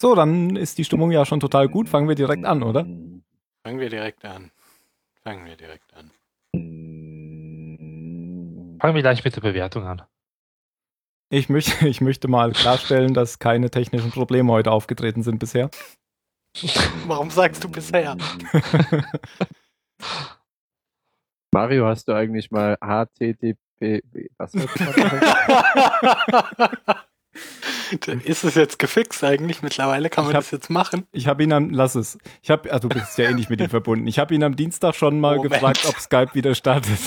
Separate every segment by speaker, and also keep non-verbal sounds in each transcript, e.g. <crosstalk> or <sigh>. Speaker 1: So, dann ist die Stimmung ja schon total gut. Fangen wir direkt an,
Speaker 2: <laughs>
Speaker 1: oder?
Speaker 3: Fangen wir direkt an. Fangen wir direkt an.
Speaker 4: Fangen wir gleich mit der Bewertung an.
Speaker 1: Ich, möcht, ich möchte <laughs> mal klarstellen, dass keine technischen Probleme heute aufgetreten sind bisher.
Speaker 3: Warum sagst du bisher?
Speaker 5: Mario, hast du eigentlich mal HTTP.
Speaker 1: <laughs>
Speaker 5: Was
Speaker 3: Dann ist es jetzt gefixt eigentlich? Mittlerweile kann man
Speaker 1: Ich hab-
Speaker 3: das jetzt machen.
Speaker 1: Ich habe ihn am, lass es. Ich habe, also du bist ja eh nicht mit ihm verbunden. Ich habe ihn am Dienstag schon mal
Speaker 3: Moment.
Speaker 1: gefragt, ob Skype wieder startet.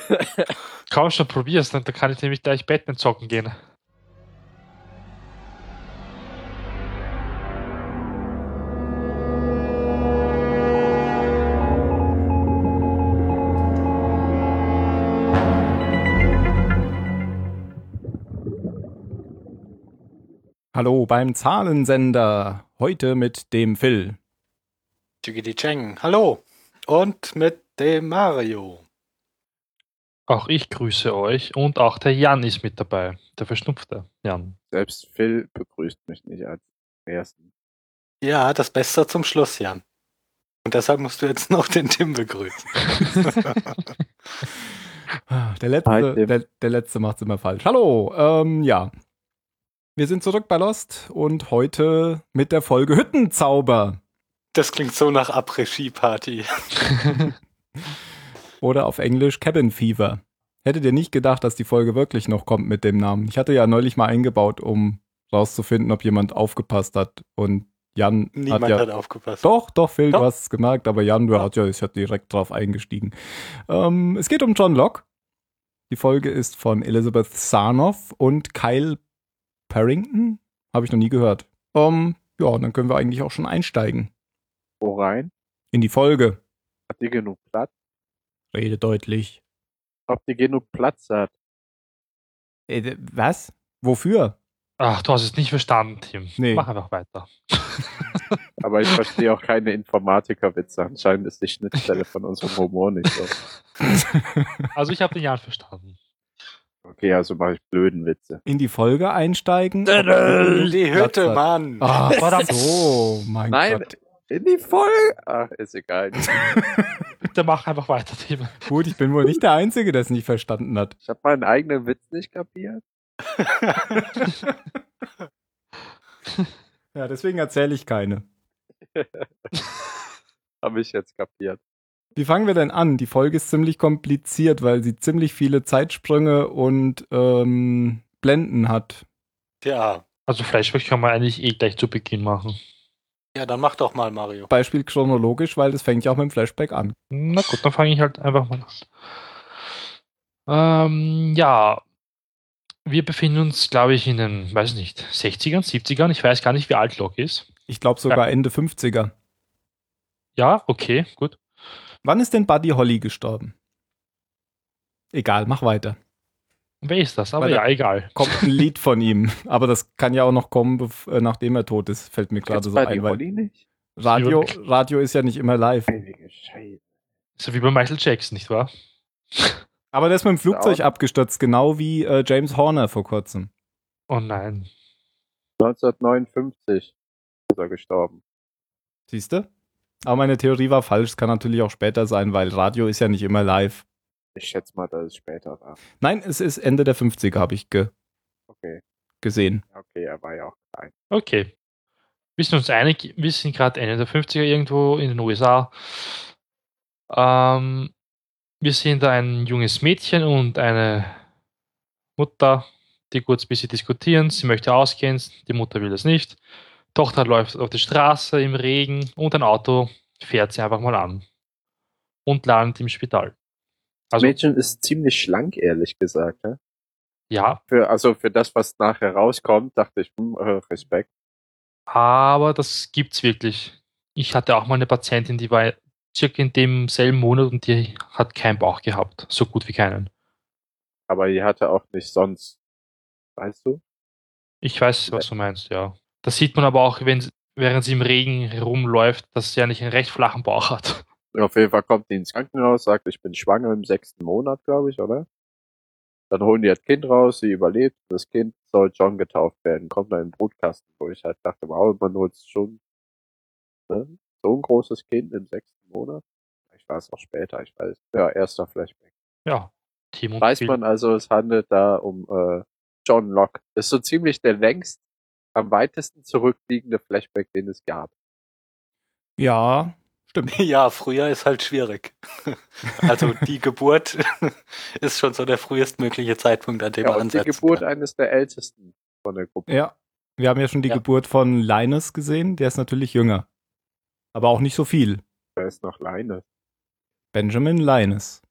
Speaker 1: <laughs>
Speaker 4: Kaum schon probier's, dann dann kann ich nämlich gleich Batman zocken gehen.
Speaker 1: Hallo beim Zahlensender. Heute mit dem Phil.
Speaker 3: Jigidi Cheng, hallo. Und mit dem Mario.
Speaker 4: Auch ich grüße euch und auch der Jan ist mit dabei. Der verschnupfte Jan.
Speaker 5: Selbst Phil begrüßt mich nicht als ersten.
Speaker 3: Ja, das Beste zum Schluss, Jan. Und deshalb musst du jetzt noch den Tim begrüßen.
Speaker 1: Ah, Der
Speaker 5: Hi,
Speaker 1: letzte,
Speaker 5: Tim.
Speaker 1: der, der letzte macht's immer falsch. Hallo, ähm, ja. Wir sind zurück bei Lost und heute mit der Folge Hüttenzauber.
Speaker 3: Das klingt so nach Après-Ski-Party.
Speaker 1: Oder auf Englisch Cabin Fever. Hättet ihr nicht gedacht, dass die Folge wirklich noch kommt mit dem Namen? Ich hatte ja neulich mal eingebaut, um rauszufinden, ob jemand aufgepasst hat. Und Jan
Speaker 3: Niemand
Speaker 1: hat ja
Speaker 3: hat aufgepasst.
Speaker 1: Doch, doch, Phil,
Speaker 3: Doch.
Speaker 1: du hast es gemerkt, aber Jan, du
Speaker 3: Ja.
Speaker 1: hat ja, ist ja direkt drauf eingestiegen. Ähm, es geht um John Locke. Die Folge ist von Elizabeth Sarnoff und Kyle Parrington. Habe ich noch nie gehört. Ähm, ja, und dann können wir eigentlich auch schon einsteigen
Speaker 5: Wo Oh, rein?
Speaker 1: in die Folge.
Speaker 5: Hat die genug Platz?
Speaker 1: Rede deutlich.
Speaker 5: Ob die genug Platz hat?
Speaker 1: was? Wofür?
Speaker 4: Ach, du hast es nicht verstanden, Tim.
Speaker 1: Nee.
Speaker 4: Mach einfach weiter.
Speaker 5: Aber ich verstehe auch keine Informatikerwitze. Anscheinend ist die Schnittstelle von unserem Humor nicht so.
Speaker 4: Also ich habe den Jan verstanden.
Speaker 5: Okay, also mache ich blöden Witze.
Speaker 1: In die Folge einsteigen?
Speaker 3: In die Hütte,
Speaker 1: Platz hat.
Speaker 3: Mann.
Speaker 1: Ah, verdammt. So, mein
Speaker 5: Nein,
Speaker 1: Gott.
Speaker 5: in die Folge! Ach, ist egal.
Speaker 4: Bitte mach einfach weiter, Tim.
Speaker 1: Gut, ich bin wohl nicht der Einzige, der es nicht verstanden hat.
Speaker 5: Ich habe meinen eigenen Witz nicht kapiert.
Speaker 1: Ja, deswegen erzähle ich keine.
Speaker 5: Habe ich jetzt kapiert.
Speaker 1: Wie fangen wir denn an? Die Folge ist ziemlich kompliziert, weil sie ziemlich viele Zeitsprünge und ähm, Blenden hat.
Speaker 3: Tja,
Speaker 4: Also Flashback kann man eigentlich eh gleich zu Beginn machen.
Speaker 3: ja, dann mach doch mal, Mario. <laughs>
Speaker 1: Beispiel chronologisch, weil das fängt ja auch mit dem Flashback an.
Speaker 4: Na gut, dann fange ich halt einfach mal an. Ähm, ja. Wir befinden uns, glaube ich, in den, weiß nicht, 60ern, 70ern. Ich weiß gar nicht, wie alt Locke ist.
Speaker 1: Ich glaube sogar Ende 50er.
Speaker 4: Ja, okay, gut.
Speaker 1: Wann ist denn Buddy Holly gestorben? Egal, mach weiter.
Speaker 4: Wer ist das? Aber
Speaker 1: Weiter.
Speaker 4: ja, egal.
Speaker 1: Kommt ein Lied von ihm. Aber das kann ja auch noch kommen, bev- äh, nachdem er tot ist. Fällt mir gerade
Speaker 5: Gibt's
Speaker 1: so
Speaker 5: bei die
Speaker 1: ein. Weil
Speaker 5: Holly nicht?
Speaker 1: Radio, Radio ist ja nicht immer live.
Speaker 5: Heilige Scheiße.
Speaker 4: So wie bei Michael Jackson, nicht wahr?
Speaker 1: Aber der ist mit dem Flugzeug
Speaker 5: Dauert.
Speaker 1: abgestürzt, genau wie äh, James Horner vor kurzem.
Speaker 4: Oh nein.
Speaker 5: 1959 ist er gestorben.
Speaker 1: Siehst du? Aber meine Theorie war falsch. Es kann natürlich auch später sein, weil Radio ist ja nicht immer live.
Speaker 5: Ich schätze mal, dass es später war.
Speaker 1: Nein, es ist Ende der 50er, habe ich ge
Speaker 5: Okay,
Speaker 1: gesehen.
Speaker 5: okay, er war ja auch klein.
Speaker 4: Okay. Wir sind uns einig, wir sind gerade Ende der 50er irgendwo in den USA. Ähm, wir sehen da ein junges Mädchen und eine Mutter, die kurz ein bisschen diskutieren. Sie möchte ausgehen, die Mutter will das nicht. Tochter läuft auf die Straße im Regen und ein Auto fährt sie einfach mal an und landet im Spital.
Speaker 5: Das
Speaker 4: Also,
Speaker 5: Mädchen ist ziemlich schlank, ehrlich gesagt. Ja?
Speaker 4: ja,
Speaker 5: Für, also für das, was nachher rauskommt, dachte ich, hm, äh, Respekt.
Speaker 4: Aber das gibt's wirklich. Ich hatte auch mal eine Patientin, die war circa in demselben Monat und die hat keinen Bauch gehabt. So gut wie keinen.
Speaker 5: Aber die hatte auch nicht sonst. Weißt du?
Speaker 4: Ich weiß, was du meinst, ja. Das sieht man aber auch, wenn, während sie im Regen herumläuft, dass sie eigentlich einen recht flachen Bauch hat. <laughs>
Speaker 5: Auf jeden Fall kommt die ins Krankenhaus, sagt, ich bin schwanger im sechsten Monat, glaube ich, oder? Dann holen die das Kind raus, sie überlebt. Das Kind soll John getauft werden. Kommt dann in den Brutkasten, wo ich halt dachte, wow, man holt schon ne? so ein großes Kind im sechsten Monat. Ich war es auch später, ich weiß. Ja, erster Flashback.
Speaker 4: Ja, Team und
Speaker 5: Weiß
Speaker 4: Bill.
Speaker 5: man also, es handelt da um äh, John Locke. Ist so ziemlich der längst am weitesten zurückliegende Flashback, den es gab.
Speaker 1: Ja, stimmt.
Speaker 3: Ja, früher ist halt schwierig. <laughs> Also die Geburt <laughs> ist schon so der frühestmögliche Zeitpunkt, an dem
Speaker 5: Ja,
Speaker 3: man
Speaker 5: und die
Speaker 3: ansetzen
Speaker 5: Geburt
Speaker 3: kann.
Speaker 5: eines der ältesten von der Gruppe.
Speaker 1: Ja. Wir haben ja schon die
Speaker 3: Ja.
Speaker 1: Geburt von Linus gesehen, der ist natürlich jünger. Aber auch nicht so viel.
Speaker 5: Da ist noch Leine.
Speaker 1: Benjamin Linus.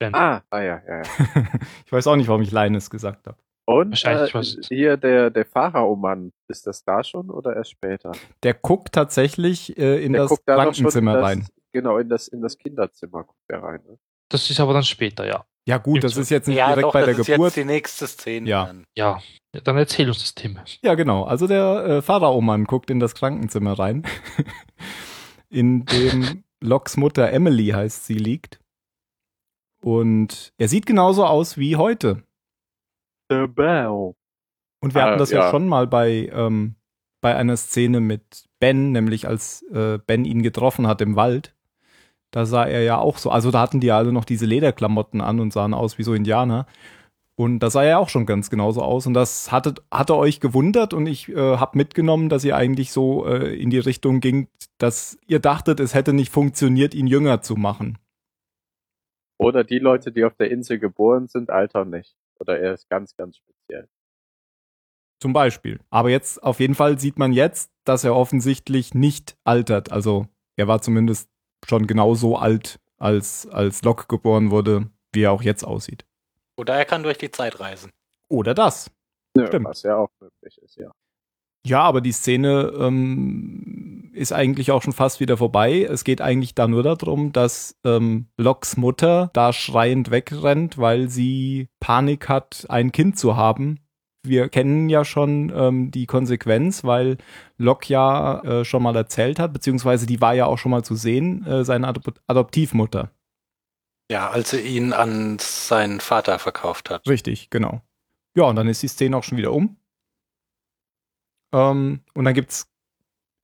Speaker 4: Ben.
Speaker 5: Ah, ah ja, ja, ja.
Speaker 1: ich weiß auch nicht, warum ich Linus gesagt habe.
Speaker 5: Und
Speaker 4: Wahrscheinlich
Speaker 5: äh,
Speaker 4: was-
Speaker 5: hier der, der Pharao-Mann, ist das da schon oder erst später?
Speaker 1: Der guckt tatsächlich äh, in
Speaker 5: der
Speaker 1: das
Speaker 5: da noch schon
Speaker 1: Krankenzimmer
Speaker 5: das,
Speaker 1: rein.
Speaker 5: Genau, in das, in das Kinderzimmer guckt er rein. Ne?
Speaker 4: Das ist aber dann später, ja.
Speaker 1: Ja gut,
Speaker 4: Im
Speaker 1: das
Speaker 4: Zug.
Speaker 1: ist jetzt nicht
Speaker 3: ja,
Speaker 1: direkt
Speaker 3: doch,
Speaker 1: bei
Speaker 3: das
Speaker 1: der
Speaker 3: ist
Speaker 1: Geburt.
Speaker 3: jetzt die nächste Szene.
Speaker 1: Ja.
Speaker 3: Dann.
Speaker 4: Ja. ja dann erzähl uns das Thema.
Speaker 1: Ja, genau. Also der äh, Pharao-Mann guckt in das Krankenzimmer rein, <laughs> in dem Locks Mutter Emily heißt sie liegt. Und er sieht genauso aus wie heute.
Speaker 5: The Bell.
Speaker 1: Und wir
Speaker 5: Ah,
Speaker 1: hatten das ja,
Speaker 5: ja.
Speaker 1: schon mal bei, ähm, bei einer Szene mit Ben, nämlich als äh, Ben ihn getroffen hat im Wald. Da sah er ja auch so, also da hatten die ja alle noch diese Lederklamotten an und sahen aus wie so Indianer. Und da sah er ja auch schon ganz genauso aus. Und das hatte, hatte euch gewundert und ich äh, habe mitgenommen, dass ihr eigentlich so äh, in die Richtung ging, dass ihr dachtet, es hätte nicht funktioniert, ihn jünger zu machen.
Speaker 5: Oder die Leute, die auf der Insel geboren sind, altern nicht. Oder er ist ganz, ganz speziell.
Speaker 1: Zum Beispiel. Aber jetzt, auf jeden Fall sieht man jetzt, dass er offensichtlich nicht altert. Also er war zumindest schon genauso alt, als, als Locke geboren wurde, wie er auch jetzt aussieht.
Speaker 3: Oder er kann durch die Zeit reisen.
Speaker 1: Oder das.
Speaker 5: Ja,
Speaker 1: Stimmt.
Speaker 5: Was ja auch möglich ist, ja.
Speaker 1: Ja, aber die Szene ähm, ist eigentlich auch schon fast wieder vorbei. Es geht eigentlich da nur darum, dass ähm, Locks Mutter da schreiend wegrennt, weil sie Panik hat, ein Kind zu haben. Wir kennen ja schon ähm, die Konsequenz, weil Locke ja äh, schon mal erzählt hat, beziehungsweise die war ja auch schon mal zu sehen, äh, seine Adop Adoptivmutter.
Speaker 3: Ja, als er ihn an seinen Vater verkauft hat.
Speaker 1: Richtig, genau. Ja, und dann ist die Szene auch schon wieder um. Ähm, und dann gibt's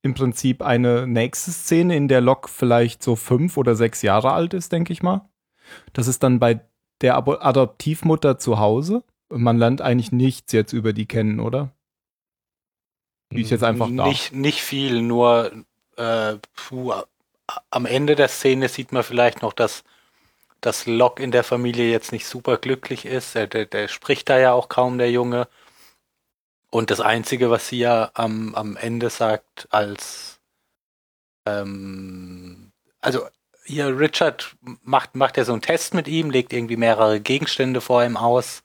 Speaker 1: im Prinzip eine nächste Szene, in der Locke vielleicht so fünf oder sechs Jahre alt ist, denke ich mal. Das ist dann bei der Abo Adoptivmutter zu Hause. Und man lernt eigentlich nichts jetzt über die kennen, oder? Die ist jetzt einfach da.
Speaker 3: Nicht, nicht viel, nur äh, puh, a- am Ende der Szene sieht man vielleicht noch, dass, dass Locke in der Familie jetzt nicht super glücklich ist. Der, der, der spricht da ja auch kaum, der Junge. Und das Einzige, was sie ja am, am Ende sagt, als ähm, also hier Richard macht, macht ja so einen Test mit ihm, legt irgendwie mehrere Gegenstände vor ihm aus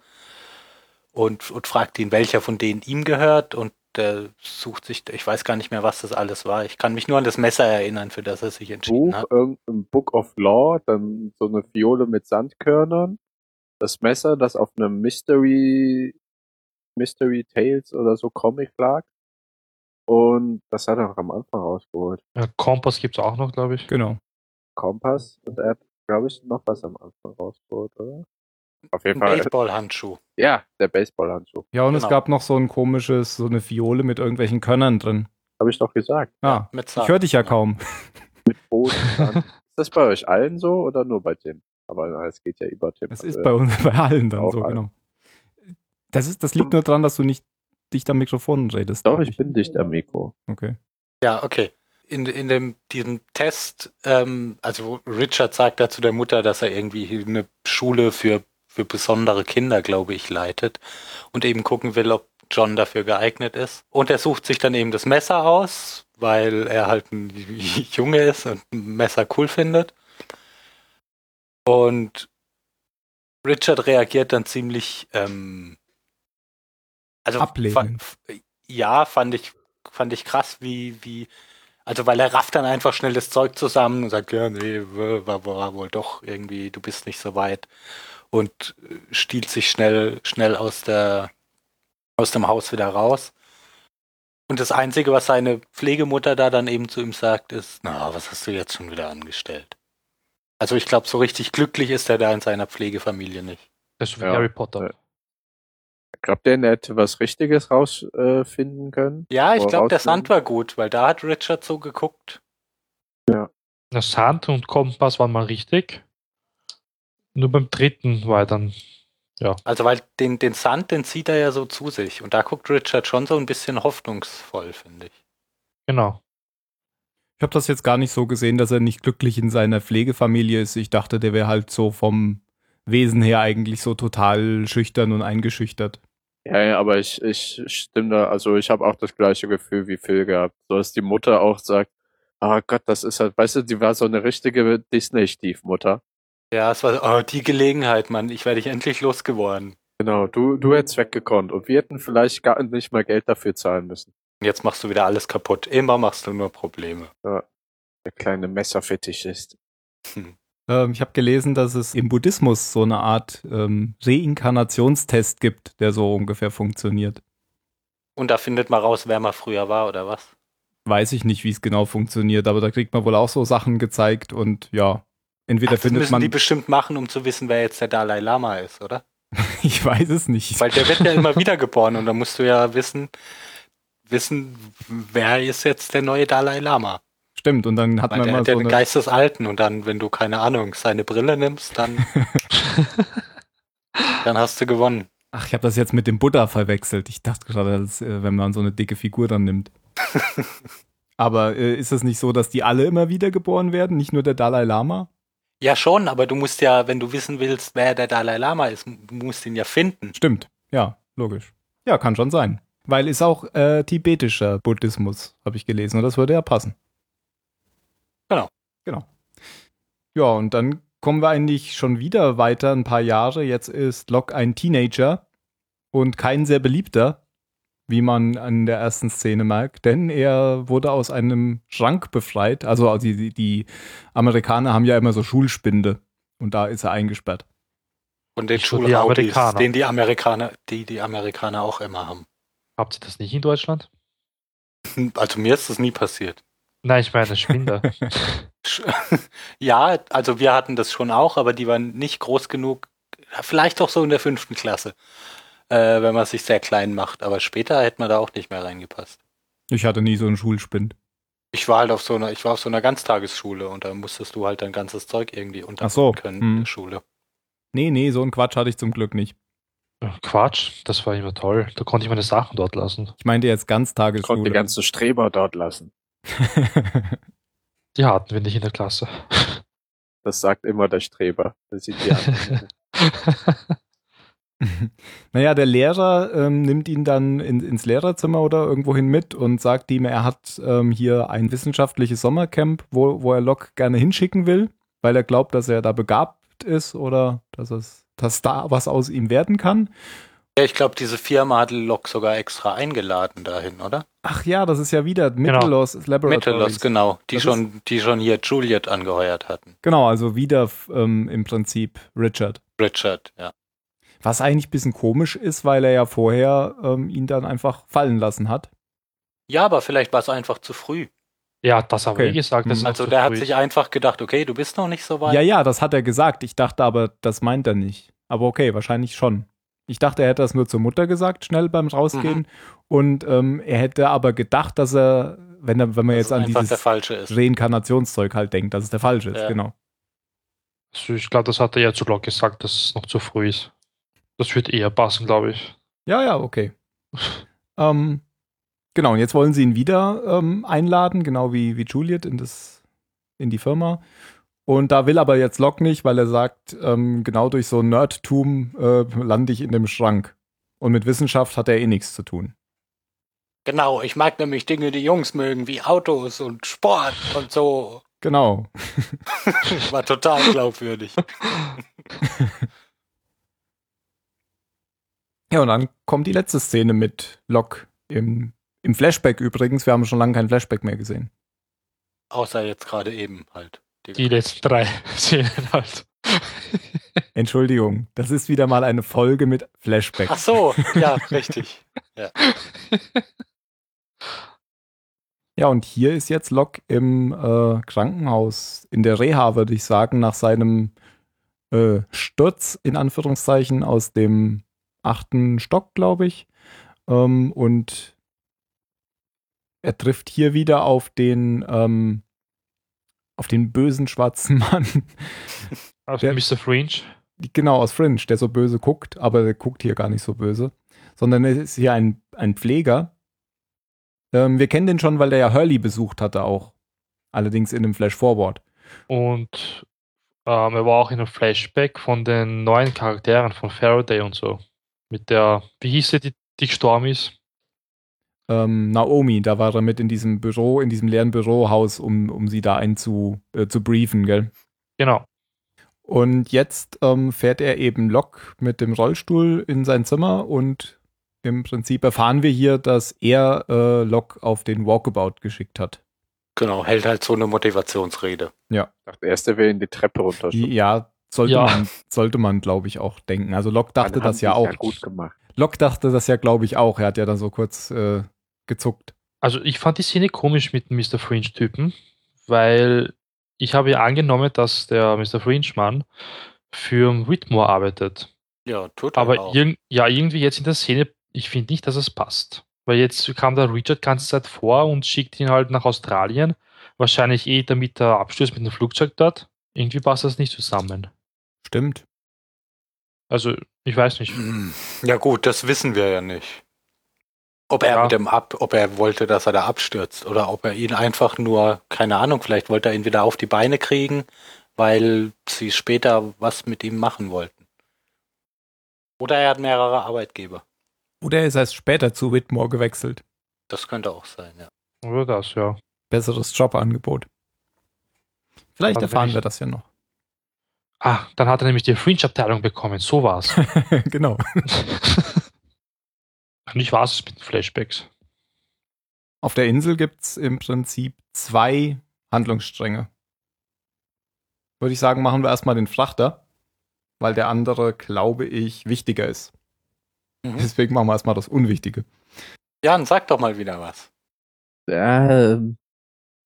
Speaker 3: und, und fragt ihn, welcher von denen ihm gehört und der sucht sich, ich weiß gar nicht mehr, was das alles war. Ich kann mich nur an das Messer erinnern, für das er sich entschieden
Speaker 5: Buch,
Speaker 1: ne?
Speaker 3: hat.
Speaker 5: irgendein Book of Law, dann so eine Fiole mit Sandkörnern, das Messer, das auf einem Mystery, Mystery Tales oder so Comic lag. Und das hat er auch am Anfang rausgeholt.
Speaker 4: Ja, Kompass gibt's auch noch, glaube ich.
Speaker 1: Genau.
Speaker 5: Kompass
Speaker 1: Mhm.
Speaker 5: und er hat, glaube ich, noch was am Anfang rausgeholt, oder? Auf
Speaker 3: Ein
Speaker 5: jeden Fall.
Speaker 3: Baseballhandschuh.
Speaker 5: Ja, der Baseballhandschuh.
Speaker 1: Ja, und es
Speaker 3: Genau.
Speaker 1: gab noch so ein komisches, so eine Fiole mit irgendwelchen Körnern drin.
Speaker 5: Habe ich doch gesagt.
Speaker 1: Ah,
Speaker 3: Mit
Speaker 1: ich
Speaker 3: Zahn.
Speaker 1: höre dich ja
Speaker 3: Genau.
Speaker 1: kaum.
Speaker 5: Boden.
Speaker 1: <laughs>
Speaker 5: Sand. ist das bei euch allen so oder nur bei Tim? Aber na, es geht ja über Tim.
Speaker 1: Das
Speaker 5: Also,
Speaker 1: ist bei uns <laughs> bei allen dann
Speaker 5: Auch
Speaker 1: so,
Speaker 5: alle.
Speaker 1: genau. Das, ist, das liegt nur daran, dass du nicht dicht am Mikrofon redest.
Speaker 5: Doch, ich bin dicht am Mikro.
Speaker 1: Okay.
Speaker 3: Ja, okay. In, in dem, diesem Test, ähm, also Richard sagt dazu der Mutter, dass er irgendwie eine Schule für, für besondere Kinder, glaube ich, leitet und eben gucken will, ob John dafür geeignet ist. Und er sucht sich dann eben das Messer aus, weil er halt ein <laughs> Junge ist und ein Messer cool findet. Und Richard reagiert dann ziemlich, ähm, also
Speaker 1: Ablehnend.
Speaker 3: fa- ja, fand ich, fand ich krass, wie, wie, also weil er rafft dann einfach schnell das Zeug zusammen und sagt, ja, nee, w- war, war wohl doch irgendwie, du bist nicht so weit und äh, stiehlt sich schnell, schnell aus der, aus dem Haus wieder raus. Und das Einzige, was seine Pflegemutter da dann eben zu ihm sagt, ist, na, was hast du jetzt schon wieder angestellt? Also ich glaube, so richtig glücklich ist er da in seiner Pflegefamilie nicht.
Speaker 4: Das ist so wie
Speaker 5: Ja.
Speaker 4: Harry Potter.
Speaker 5: Glaubt ihr, er hätte was Richtiges rausfinden äh, können?
Speaker 3: Ja, ich
Speaker 5: Oder
Speaker 3: glaube, der
Speaker 5: rausfinden?
Speaker 3: Sand war gut, weil da hat Richard so geguckt.
Speaker 4: Na, Sand und Kompass waren mal richtig. Nur beim dritten war er dann.
Speaker 3: Also, weil den, den Sand, den zieht er ja so zu sich. Und da guckt Richard schon so ein bisschen hoffnungsvoll, finde ich.
Speaker 4: Genau.
Speaker 1: Ich habe das jetzt gar nicht so gesehen, dass er nicht glücklich in seiner Pflegefamilie ist. Ich dachte, der wäre halt so vom Wesen her eigentlich so total schüchtern und eingeschüchtert.
Speaker 5: Ja, ja, aber ich, ich stimme da, also ich habe auch das gleiche Gefühl wie Phil gehabt. So dass die Mutter auch sagt, ah Gott, das ist halt, weißt du, die war so eine richtige Disney-Stiefmutter.
Speaker 3: Ja, es war so, oh, die Gelegenheit, Mann. Ich werde dich endlich losgeworden.
Speaker 5: Genau, du, du hättest weggekonnt und wir hätten vielleicht gar nicht mal Geld dafür zahlen müssen.
Speaker 3: Jetzt machst du wieder alles kaputt. Immer machst du nur Probleme.
Speaker 5: Der kleine Messerfetisch ist.
Speaker 1: Ähm, ich habe gelesen, dass es im Buddhismus so eine Art ähm, Reinkarnationstest gibt, der so ungefähr funktioniert.
Speaker 3: Und da findet man raus, wer man früher war oder was.
Speaker 1: Weiß ich nicht, wie es genau funktioniert, aber da kriegt man wohl auch so Sachen gezeigt und ja, entweder
Speaker 3: das
Speaker 1: findet
Speaker 3: müssen
Speaker 1: <laughs>
Speaker 3: die
Speaker 1: man.
Speaker 3: bestimmt machen, um zu wissen, wer jetzt der Dalai Lama ist, oder?
Speaker 1: Ich weiß es nicht.
Speaker 3: Weil der
Speaker 1: <laughs>
Speaker 3: wird ja immer wieder geboren und da musst du ja wissen, wissen, wer ist jetzt der neue Dalai Lama?
Speaker 1: Stimmt, und dann hat
Speaker 3: Weil
Speaker 1: man
Speaker 3: der
Speaker 1: immer
Speaker 3: hat
Speaker 1: so
Speaker 3: ja den
Speaker 1: eine.
Speaker 3: Geist des Alten und dann, wenn du, keine Ahnung, seine Brille
Speaker 1: <laughs>
Speaker 3: nimmst, dann, dann hast du gewonnen.
Speaker 1: Ach, ich habe das jetzt mit dem Buddha verwechselt. Ich dachte gerade, dass, äh, wenn man so eine dicke Figur dann
Speaker 3: <laughs>
Speaker 1: nimmt. Aber äh, ist es nicht so, dass die alle immer wieder geboren werden, nicht nur der Dalai Lama?
Speaker 3: Ja, schon, aber du musst ja, wenn du wissen willst, wer der Dalai Lama ist, m- du musst ihn ja finden.
Speaker 1: Stimmt, ja, logisch. Ja, kann schon sein. Weil ist auch äh, tibetischer Buddhismus, habe ich gelesen, und das würde ja passen.
Speaker 3: Genau.
Speaker 1: Genau. Ja, und dann kommen wir eigentlich schon wieder weiter ein paar Jahre. Jetzt ist Locke ein Teenager und kein sehr beliebter, wie man an der ersten Szene merkt, denn er wurde aus einem Schrank befreit. Also die, die, die Amerikaner haben ja immer so Schulspinde und da ist er eingesperrt.
Speaker 3: Und den
Speaker 4: Ich so die
Speaker 3: Schulraudis,
Speaker 4: Amerikaner.
Speaker 3: den die Amerikaner, die die Amerikaner auch immer haben.
Speaker 4: Habt ihr das nicht in Deutschland?
Speaker 3: Also mir ist das nie passiert.
Speaker 4: Nein, ich meine Spinder.
Speaker 3: Sch- Ja, also wir hatten das schon auch, aber die waren nicht groß genug. Vielleicht auch so in der fünften Klasse, äh, wenn man sich sehr klein macht. Aber später hätte man da auch nicht mehr reingepasst.
Speaker 1: Ich hatte nie so einen Schulspind.
Speaker 3: Ich war halt auf so einer, ich war auf so einer Ganztagesschule und da musstest du halt dein ganzes Zeug irgendwie
Speaker 1: Ach so,
Speaker 3: unterbringen können in
Speaker 1: hm.
Speaker 3: der Schule.
Speaker 1: Nee, nee, so einen Quatsch hatte ich zum Glück nicht.
Speaker 4: Quatsch, das war immer toll. Da konnte ich meine Sachen dort lassen.
Speaker 1: Ich meinte jetzt
Speaker 5: Konnte
Speaker 1: Ganztagesschule.
Speaker 5: die ganzen Streber dort lassen.
Speaker 4: Die hatten wir nicht in der Klasse. <laughs>
Speaker 5: Das sagt immer der Streber. Das sieht
Speaker 1: <laughs>
Speaker 5: die anderen.
Speaker 1: <laughs> naja, der Lehrer ähm, nimmt ihn dann in, ins Lehrerzimmer oder irgendwohin mit und sagt ihm, er hat ähm, hier ein wissenschaftliches Sommercamp, wo, wo er Locke gerne hinschicken will, weil er glaubt, dass er da begabt ist oder dass, es, dass da was aus ihm werden kann.
Speaker 3: Ja, ich glaube, diese Firma hat Locke sogar extra eingeladen dahin, oder?
Speaker 1: Ach ja, das ist ja wieder Genau. Mittellos Laboratories.
Speaker 3: Metalos, genau. Die
Speaker 1: Das
Speaker 3: schon, die schon hier Juliet angeheuert hatten.
Speaker 1: genau, also wieder f- ähm, im Prinzip Richard.
Speaker 3: Richard, ja.
Speaker 1: Was eigentlich ein bisschen komisch ist, weil er ja vorher ähm, ihn dann einfach fallen lassen hat.
Speaker 3: Ja, aber vielleicht war es einfach zu früh.
Speaker 4: Ja, das haben
Speaker 1: Okay.
Speaker 4: wir eh gesagt. Das ist
Speaker 3: Also
Speaker 4: noch zu
Speaker 3: der hat
Speaker 4: früh.
Speaker 3: sich einfach gedacht, okay, du bist noch nicht so weit.
Speaker 1: Ja, ja, das hat er gesagt. Ich dachte aber, das meint er nicht. Aber okay, wahrscheinlich schon. Ich dachte, er hätte das nur zur Mutter gesagt, schnell beim Rausgehen.
Speaker 3: Mhm.
Speaker 1: Und ähm, er hätte aber gedacht, dass er, wenn, er, wenn man
Speaker 3: Dass
Speaker 1: jetzt
Speaker 3: es
Speaker 1: an
Speaker 3: einfach der
Speaker 1: dieses
Speaker 3: falsche ist.
Speaker 1: Reinkarnationszeug halt denkt, dass es der falsche ist,
Speaker 3: Ja.
Speaker 1: genau.
Speaker 4: Also ich glaube, das hat er ja zu Locke gesagt, dass es noch zu früh ist. Das wird eher passen, glaube ich.
Speaker 1: Ja, ja, okay. ähm, genau, und jetzt wollen sie ihn wieder ähm, einladen, genau wie, wie Juliet in, das, in die Firma. Und da will aber jetzt Locke nicht, weil er sagt, ähm, genau durch so Nerdtum äh, lande ich in dem Schrank. Und mit Wissenschaft hat er eh nichts zu tun.
Speaker 3: Genau, ich mag nämlich Dinge, die Jungs mögen, wie Autos und Sport und so.
Speaker 1: Genau.
Speaker 3: War total glaubwürdig.
Speaker 1: Ja, und dann kommt die letzte Szene mit Locke im, im Flashback übrigens. Wir haben schon lange kein Flashback mehr gesehen.
Speaker 3: Außer jetzt gerade eben halt.
Speaker 4: Die letzten drei <laughs> Szenen halt.
Speaker 1: Entschuldigung, das ist wieder mal eine Folge mit Flashback.
Speaker 3: Ach so, ja, richtig.
Speaker 1: Ja, und hier ist jetzt Locke im äh, Krankenhaus, in der Reha, würde ich sagen, nach seinem äh, Sturz in Anführungszeichen aus dem achten Stock, glaube ich. Ähm, und er trifft hier wieder auf den, ähm, auf den bösen schwarzen <laughs> Mann.
Speaker 4: Auf
Speaker 1: Der-
Speaker 4: Mr. Also Fringe.
Speaker 1: genau, aus Fringe, der so böse guckt, aber der guckt hier gar nicht so böse. Sondern es ist hier ein, ein Pfleger. Ähm, wir kennen den schon, weil der ja Hurley besucht hatte auch. Allerdings in einem Flash-Forward.
Speaker 4: Und ähm, er war auch in einem Flashback von den neuen Charakteren von Faraday und so. Mit der, wie hieß sie, die, die gestorben ist?
Speaker 1: Ähm, Naomi, da war er mit in diesem Büro, in diesem leeren Bürohaus, um, um sie da einzu äh, zu briefen, gell?
Speaker 4: Genau.
Speaker 1: Und jetzt ähm, fährt er eben Lok mit dem Rollstuhl in sein Zimmer und im Prinzip erfahren wir hier, dass er äh, Lok auf den Walkabout geschickt hat.
Speaker 3: Genau, hält halt so eine Motivationsrede.
Speaker 5: dachte erst, er wäre in die Treppe runter.
Speaker 1: Die, ja, sollte
Speaker 4: Ja.
Speaker 1: man, sollte man glaube ich, auch denken. Also Lok
Speaker 5: Dann
Speaker 1: dachte
Speaker 5: haben
Speaker 1: das ja
Speaker 5: sie's
Speaker 1: auch.
Speaker 5: gut gemacht.
Speaker 1: Lok dachte das ja, glaube ich, auch. Er hat ja dann so kurz äh, gezuckt.
Speaker 4: Also ich fand die Szene komisch mit dem Mr. Fringe-Typen, weil ich habe ja angenommen, dass der Mr. Fringe-Mann für Whitmore arbeitet.
Speaker 3: Ja, tut er
Speaker 4: Aber
Speaker 3: auch.
Speaker 4: irg ja, irgendwie jetzt in der Szene, ich finde nicht, dass es passt. Weil jetzt kam der Richard ganze Zeit vor und schickt ihn halt nach Australien. Wahrscheinlich eh, damit er abstößt mit dem Flugzeug dort. Irgendwie passt das nicht zusammen.
Speaker 1: Stimmt.
Speaker 4: Also, ich weiß nicht.
Speaker 3: Hm. Ja gut, das wissen wir ja nicht. Ob er
Speaker 4: Ja.
Speaker 3: mit dem ab, ob er wollte, dass er da abstürzt oder ob er ihn einfach nur, keine Ahnung, vielleicht wollte er ihn wieder auf die Beine kriegen, weil sie später was mit ihm machen wollten. Oder er hat mehrere Arbeitgeber.
Speaker 1: Oder er ist erst später zu Whitmore gewechselt.
Speaker 3: Das könnte auch sein, ja.
Speaker 4: Oder das, ja.
Speaker 1: Besseres Jobangebot. Vielleicht
Speaker 4: Also wenn
Speaker 1: erfahren
Speaker 4: ich-
Speaker 1: wir das ja <laughs> noch.
Speaker 4: Ah, dann hat er nämlich die Fringe-Abteilung bekommen. So war's.
Speaker 1: genau.
Speaker 4: und ich war's mit den Flashbacks.
Speaker 1: Auf der Insel gibt es im Prinzip zwei Handlungsstränge. Würde ich sagen, machen wir erstmal den Frachter, weil der andere, glaube ich, wichtiger ist.
Speaker 3: Mhm.
Speaker 1: Deswegen machen wir erstmal das Unwichtige.
Speaker 3: Jan, sag doch mal wieder was.
Speaker 5: Ähm,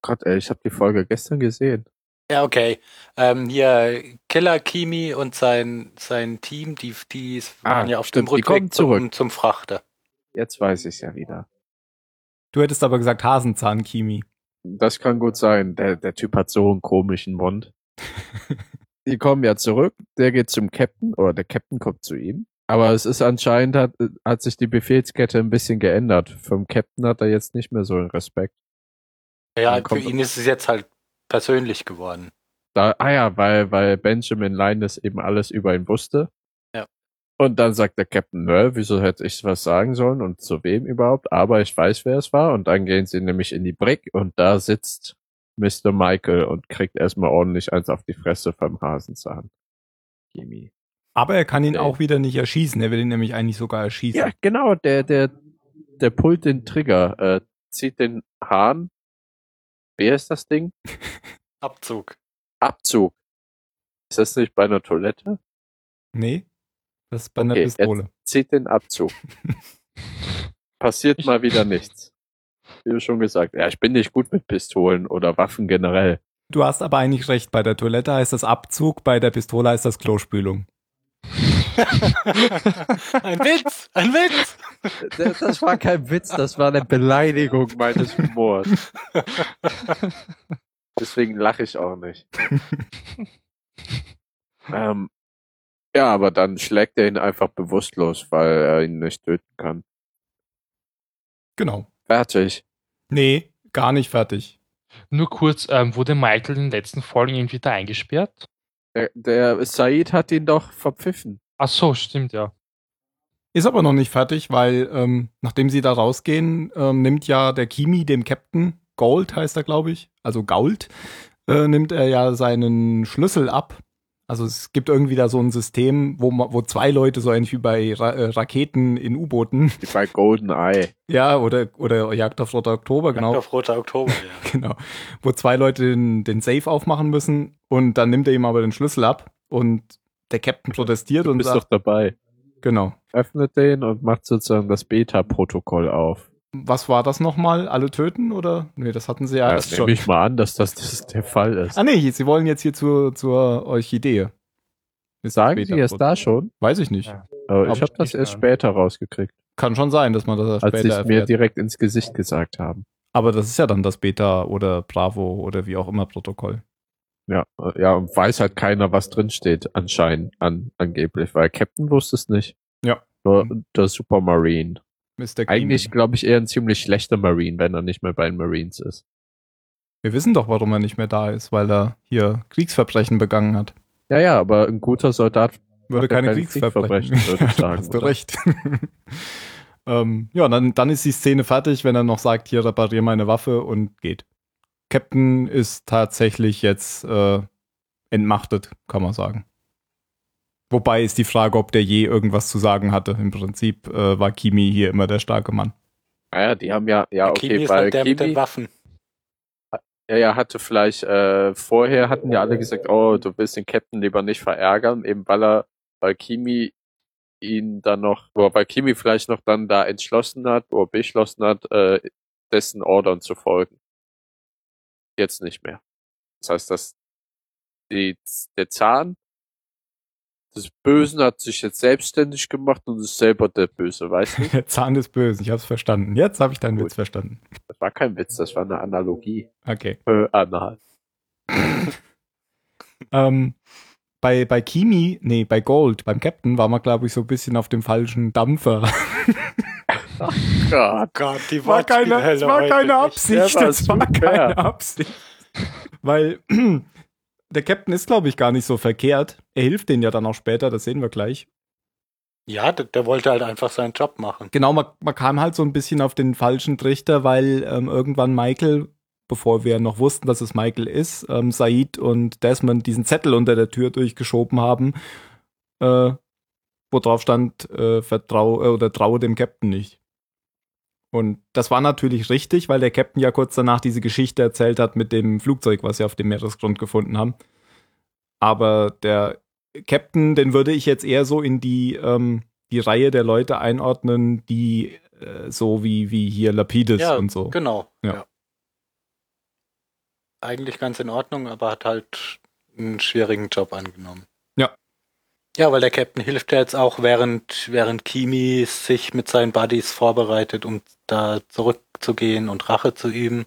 Speaker 5: Gott, ey, ich habe die Folge gestern gesehen.
Speaker 3: Ja, okay. Ähm, hier Killer Kimi und sein, sein Team, die, die waren
Speaker 5: Ah,
Speaker 3: ja auf
Speaker 5: stimmt,
Speaker 3: dem
Speaker 5: die kommen
Speaker 3: Rückweg zum,
Speaker 5: zurück.
Speaker 3: zum Frachter.
Speaker 5: Jetzt weiß ich's ja wieder.
Speaker 1: Du hättest aber gesagt Hasenzahn-Kimi.
Speaker 5: Das kann gut sein. Der, der Typ hat so einen komischen Mund. Die kommen ja zurück. Der geht zum Captain oder der Captain kommt zu ihm. Aber es ist anscheinend, hat, hat sich die Befehlskette ein bisschen geändert. Vom Captain hat er jetzt nicht mehr so einen Respekt.
Speaker 3: Ja,
Speaker 5: Dann
Speaker 3: für
Speaker 5: kommt-
Speaker 3: ihn ist es jetzt halt persönlich geworden.
Speaker 5: Da, ah ja, weil, weil Benjamin Linus eben alles über ihn wusste.
Speaker 3: Ja.
Speaker 5: Und dann sagt der Captain, nö, wieso hätte ich was sagen sollen und zu wem überhaupt? Aber ich weiß, wer es war. Und dann gehen sie nämlich in die Brick und da sitzt Mr. Michael und kriegt erstmal ordentlich eins auf die Fresse vom Hasenzahn. Jimmy.
Speaker 1: Aber er kann ihn
Speaker 5: Nee.
Speaker 1: auch wieder nicht erschießen. Er will ihn nämlich eigentlich sogar erschießen.
Speaker 5: Ja, genau, der, der, der pullt den Trigger, äh, zieht den Hahn. Wer ist das Ding?
Speaker 3: Abzug. <laughs>
Speaker 5: Abzug. Ist das nicht bei einer Toilette?
Speaker 1: Nee, das ist bei einer
Speaker 5: Okay,
Speaker 1: Pistole.
Speaker 5: Zieht den Abzug. Passiert
Speaker 4: Ich-
Speaker 5: mal wieder nichts. Wie du schon gesagt, ja, ich bin nicht gut mit Pistolen oder Waffen generell.
Speaker 1: Du hast aber eigentlich recht. Bei der Toilette heißt das Abzug, bei der Pistole heißt das Klospülung.
Speaker 3: ein Witz, ein Witz.
Speaker 5: Äh, Das, war kein Witz, das war eine Beleidigung meines Humors. <laughs> Deswegen lache ich auch nicht. ähm, ja, aber dann schlägt er ihn einfach bewusstlos, weil er ihn nicht töten kann.
Speaker 1: Genau.
Speaker 5: Fertig.
Speaker 1: Nee, gar nicht fertig.
Speaker 4: <laughs> Nur kurz, ähm, wurde Michael in den letzten Folgen irgendwie da eingesperrt?
Speaker 5: Der, der Said hat ihn doch verpfiffen.
Speaker 4: Ach so, stimmt ja.
Speaker 1: Ist aber noch nicht fertig, weil ähm, nachdem sie da rausgehen, ähm, nimmt ja der Kimi dem Captain, Gold heißt er, glaube ich, also Gault, äh, nimmt er ja seinen Schlüssel ab. Also es gibt irgendwie da so ein System, wo, ma- wo zwei Leute, so ähnlich wie bei Ra äh, Raketen in U-Booten, <laughs>
Speaker 5: Wie bei Golden Eye.
Speaker 1: ja, oder, oder Jagd auf Roter Oktober, genau,
Speaker 3: Auf Roter Oktober,
Speaker 1: <laughs>
Speaker 3: ja.
Speaker 1: genau, wo zwei Leute den, den Safe aufmachen müssen und dann nimmt er ihm aber den Schlüssel ab und der Captain protestiert
Speaker 5: Du
Speaker 1: und
Speaker 5: bist doch
Speaker 1: sagt,
Speaker 5: dabei.
Speaker 1: genau,
Speaker 5: Öffnet den und macht sozusagen das Beta-Protokoll auf.
Speaker 1: was war das nochmal? Alle töten oder? Nee, das hatten sie ja,
Speaker 5: Ja,
Speaker 1: erst
Speaker 5: das nehme ich mal an, dass das, das der Fall ist.
Speaker 1: Ah nee, sie wollen jetzt hier zur, zur Orchidee. Ist
Speaker 5: Sagen
Speaker 1: später
Speaker 5: Sie es
Speaker 1: drin.
Speaker 5: da schon?
Speaker 1: Weiß ich nicht.
Speaker 4: Ja.
Speaker 5: Aber
Speaker 1: Glaub
Speaker 5: ich habe
Speaker 1: ich
Speaker 5: das
Speaker 1: nicht
Speaker 5: erst
Speaker 1: dran.
Speaker 5: später rausgekriegt,
Speaker 1: Kann schon sein, dass man das erst
Speaker 5: als sie
Speaker 1: später
Speaker 5: es mir
Speaker 1: erfährt.
Speaker 5: direkt ins Gesicht gesagt haben.
Speaker 1: Aber das ist ja dann das Beta oder Bravo oder wie auch immer Protokoll.
Speaker 5: Ja, äh, ja, und weiß halt keiner, was drinsteht, anscheinend, an, angeblich, weil Captain wusste es nicht.
Speaker 1: Ja. Mhm.
Speaker 5: Nur der Supermarine.
Speaker 1: Mr. Green.
Speaker 5: Eigentlich, glaube ich, eher ein ziemlich schlechter Marine, wenn er nicht mehr bei den Marines ist.
Speaker 1: Wir wissen doch, warum er nicht mehr da ist, weil er hier Kriegsverbrechen begangen hat.
Speaker 5: Ja, ja, aber ein guter Soldat
Speaker 1: Würde
Speaker 5: Hat er
Speaker 1: keine,
Speaker 5: keine
Speaker 1: Kriegsverbrechen.
Speaker 5: Kriegsverbrechen, würde
Speaker 1: <laughs>
Speaker 5: ich
Speaker 1: Ja,
Speaker 5: sagen,
Speaker 1: hast du
Speaker 5: oder?
Speaker 1: recht. ähm, ja, dann, dann ist die Szene fertig, wenn er noch sagt, hier reparier meine Waffe und geht. Captain ist tatsächlich jetzt äh, entmachtet, kann man sagen. Wobei ist die Frage, ob der je irgendwas zu sagen hatte. Im Prinzip äh, war Kimi hier immer der starke Mann.
Speaker 5: Naja, die haben ja, ja, okay,
Speaker 3: Kimi ist
Speaker 5: weil
Speaker 3: halt der mit
Speaker 5: Kimi,
Speaker 3: den Waffen.
Speaker 5: ja, ja, hatte vielleicht, äh, vorher hatten ja alle gesagt, oh, du willst den Captain lieber nicht verärgern, eben weil er, weil Kimi ihn dann noch, oder weil Kimi vielleicht noch dann da entschlossen hat, oder beschlossen hat, äh, dessen Ordern zu folgen. Jetzt nicht mehr. Das heißt, dass die, der Zahn des Bösen hat sich jetzt selbstständig gemacht und ist selber der Böse, weißt du?
Speaker 1: <laughs> Der Zahn des Bösen, ich hab's verstanden. Jetzt habe ich deinen
Speaker 5: Gut.
Speaker 1: Witz verstanden.
Speaker 5: Das war kein Witz, das war eine Analogie.
Speaker 1: Okay.
Speaker 5: Äh, anal.
Speaker 1: Ähm, bei, bei Kimi, nee, bei Gold, beim Captain war man, glaube ich, so ein bisschen auf dem falschen Dampfer.
Speaker 5: Gott.
Speaker 3: Gott, die
Speaker 1: war keine, es
Speaker 3: Wortspielhölle
Speaker 1: war
Speaker 3: heute.
Speaker 1: keine
Speaker 3: Ich-
Speaker 1: Absicht.
Speaker 5: Ja, war
Speaker 1: Das war
Speaker 5: super.
Speaker 1: keine Absicht. Weil <clears throat> der Captain ist, glaube ich, gar nicht so verkehrt. Er hilft denen ja dann auch später, das sehen wir gleich.
Speaker 3: Ja, der, der wollte halt einfach seinen Job machen.
Speaker 1: Genau, man, man kam halt so ein bisschen auf den falschen Trichter, weil ähm, irgendwann Michael, bevor wir noch wussten, dass es Michael ist, ähm, Said und Desmond diesen Zettel unter der Tür durchgeschoben haben, äh, wo drauf stand, äh, vertraue äh, oder traue dem Captain nicht. Und das war natürlich richtig, weil der Captain ja kurz danach diese Geschichte erzählt hat mit dem Flugzeug, was sie auf dem Meeresgrund gefunden haben. Aber der Captain, den würde ich jetzt eher so in die, ähm, die Reihe der Leute einordnen, die äh, so wie, wie hier Lapides
Speaker 3: Ja,
Speaker 1: und so.
Speaker 3: Genau.
Speaker 1: Ja.
Speaker 3: Eigentlich ganz in Ordnung, aber hat halt einen schwierigen Job angenommen.
Speaker 1: Ja.
Speaker 3: Ja, weil der Captain hilft ja jetzt auch, während, während Kimi sich mit seinen Buddies vorbereitet, um da zurückzugehen und Rache zu üben,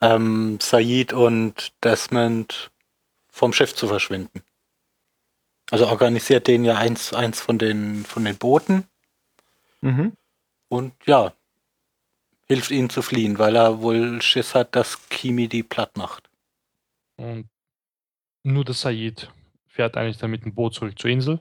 Speaker 3: ähm, Said und Desmond vom Schiff zu verschwinden. Also organisiert denen ja eins, eins von den, von den Booten
Speaker 1: Mhm.
Speaker 3: und ja, hilft ihnen zu fliehen, weil er wohl Schiss hat, dass Kimi die platt macht.
Speaker 4: Und nur der Said fährt eigentlich dann mit dem Boot zurück zur Insel.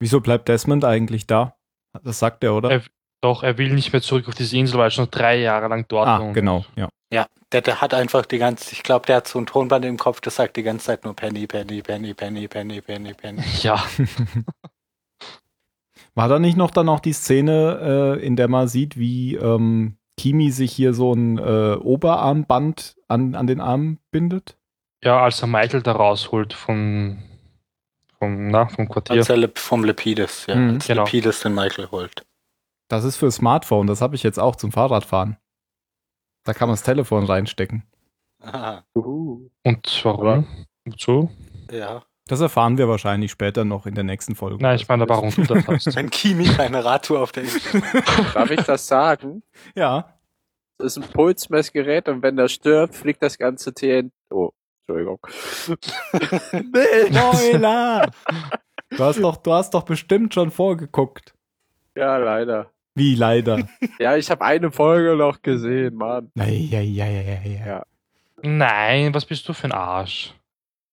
Speaker 1: Wieso bleibt Desmond eigentlich da? Das sagt er, oder?
Speaker 4: Äh, Doch er will nicht mehr zurück auf diese Insel, weil er schon drei Jahre lang dort war.
Speaker 1: ah,
Speaker 4: und-
Speaker 1: genau, ja.
Speaker 3: Ja, der, der hat einfach die ganze, ich glaube, der hat so ein Tonband im Kopf, das sagt die ganze Zeit nur Penny, Penny, Penny, Penny, Penny, Penny, Penny.
Speaker 4: <laughs> Ja,
Speaker 1: War da nicht noch dann auch die Szene, äh, in der man sieht, wie ähm, Kimi sich hier so ein äh, Oberarmband an, an den Arm bindet?
Speaker 4: ja, als er Michael da rausholt vom, vom, na, vom Quartier.
Speaker 3: Als er Lip- vom Lepides, ja,
Speaker 1: Mhm,
Speaker 3: als
Speaker 4: genau.
Speaker 3: Lepides den Michael holt. <laughs>
Speaker 1: Das ist für Smartphone, das habe ich jetzt auch zum Fahrradfahren. Da kann man das Telefon reinstecken.
Speaker 3: Aha,
Speaker 5: Uhu.
Speaker 4: Und warum? Wozu?
Speaker 3: ja.
Speaker 1: Das erfahren wir wahrscheinlich später noch in der nächsten Folge.
Speaker 4: Nein, ich meine, warum du
Speaker 3: <laughs>
Speaker 4: das hast.
Speaker 3: Wenn Kimi keine Radtour auf der Insel
Speaker 5: Darf ich das sagen?
Speaker 1: Ja,
Speaker 5: Das ist ein Pulsmessgerät und wenn der stirbt, fliegt das ganze TNT. Oh, Entschuldigung.
Speaker 1: Spoiler! <laughs> du, hast doch, du hast doch bestimmt schon vorgeguckt.
Speaker 5: Ja, leider.
Speaker 1: Wie leider.
Speaker 5: Ja, ich habe eine Folge noch gesehen, Mann.
Speaker 1: Eieieiei.
Speaker 4: Nein, was bist du für ein Arsch?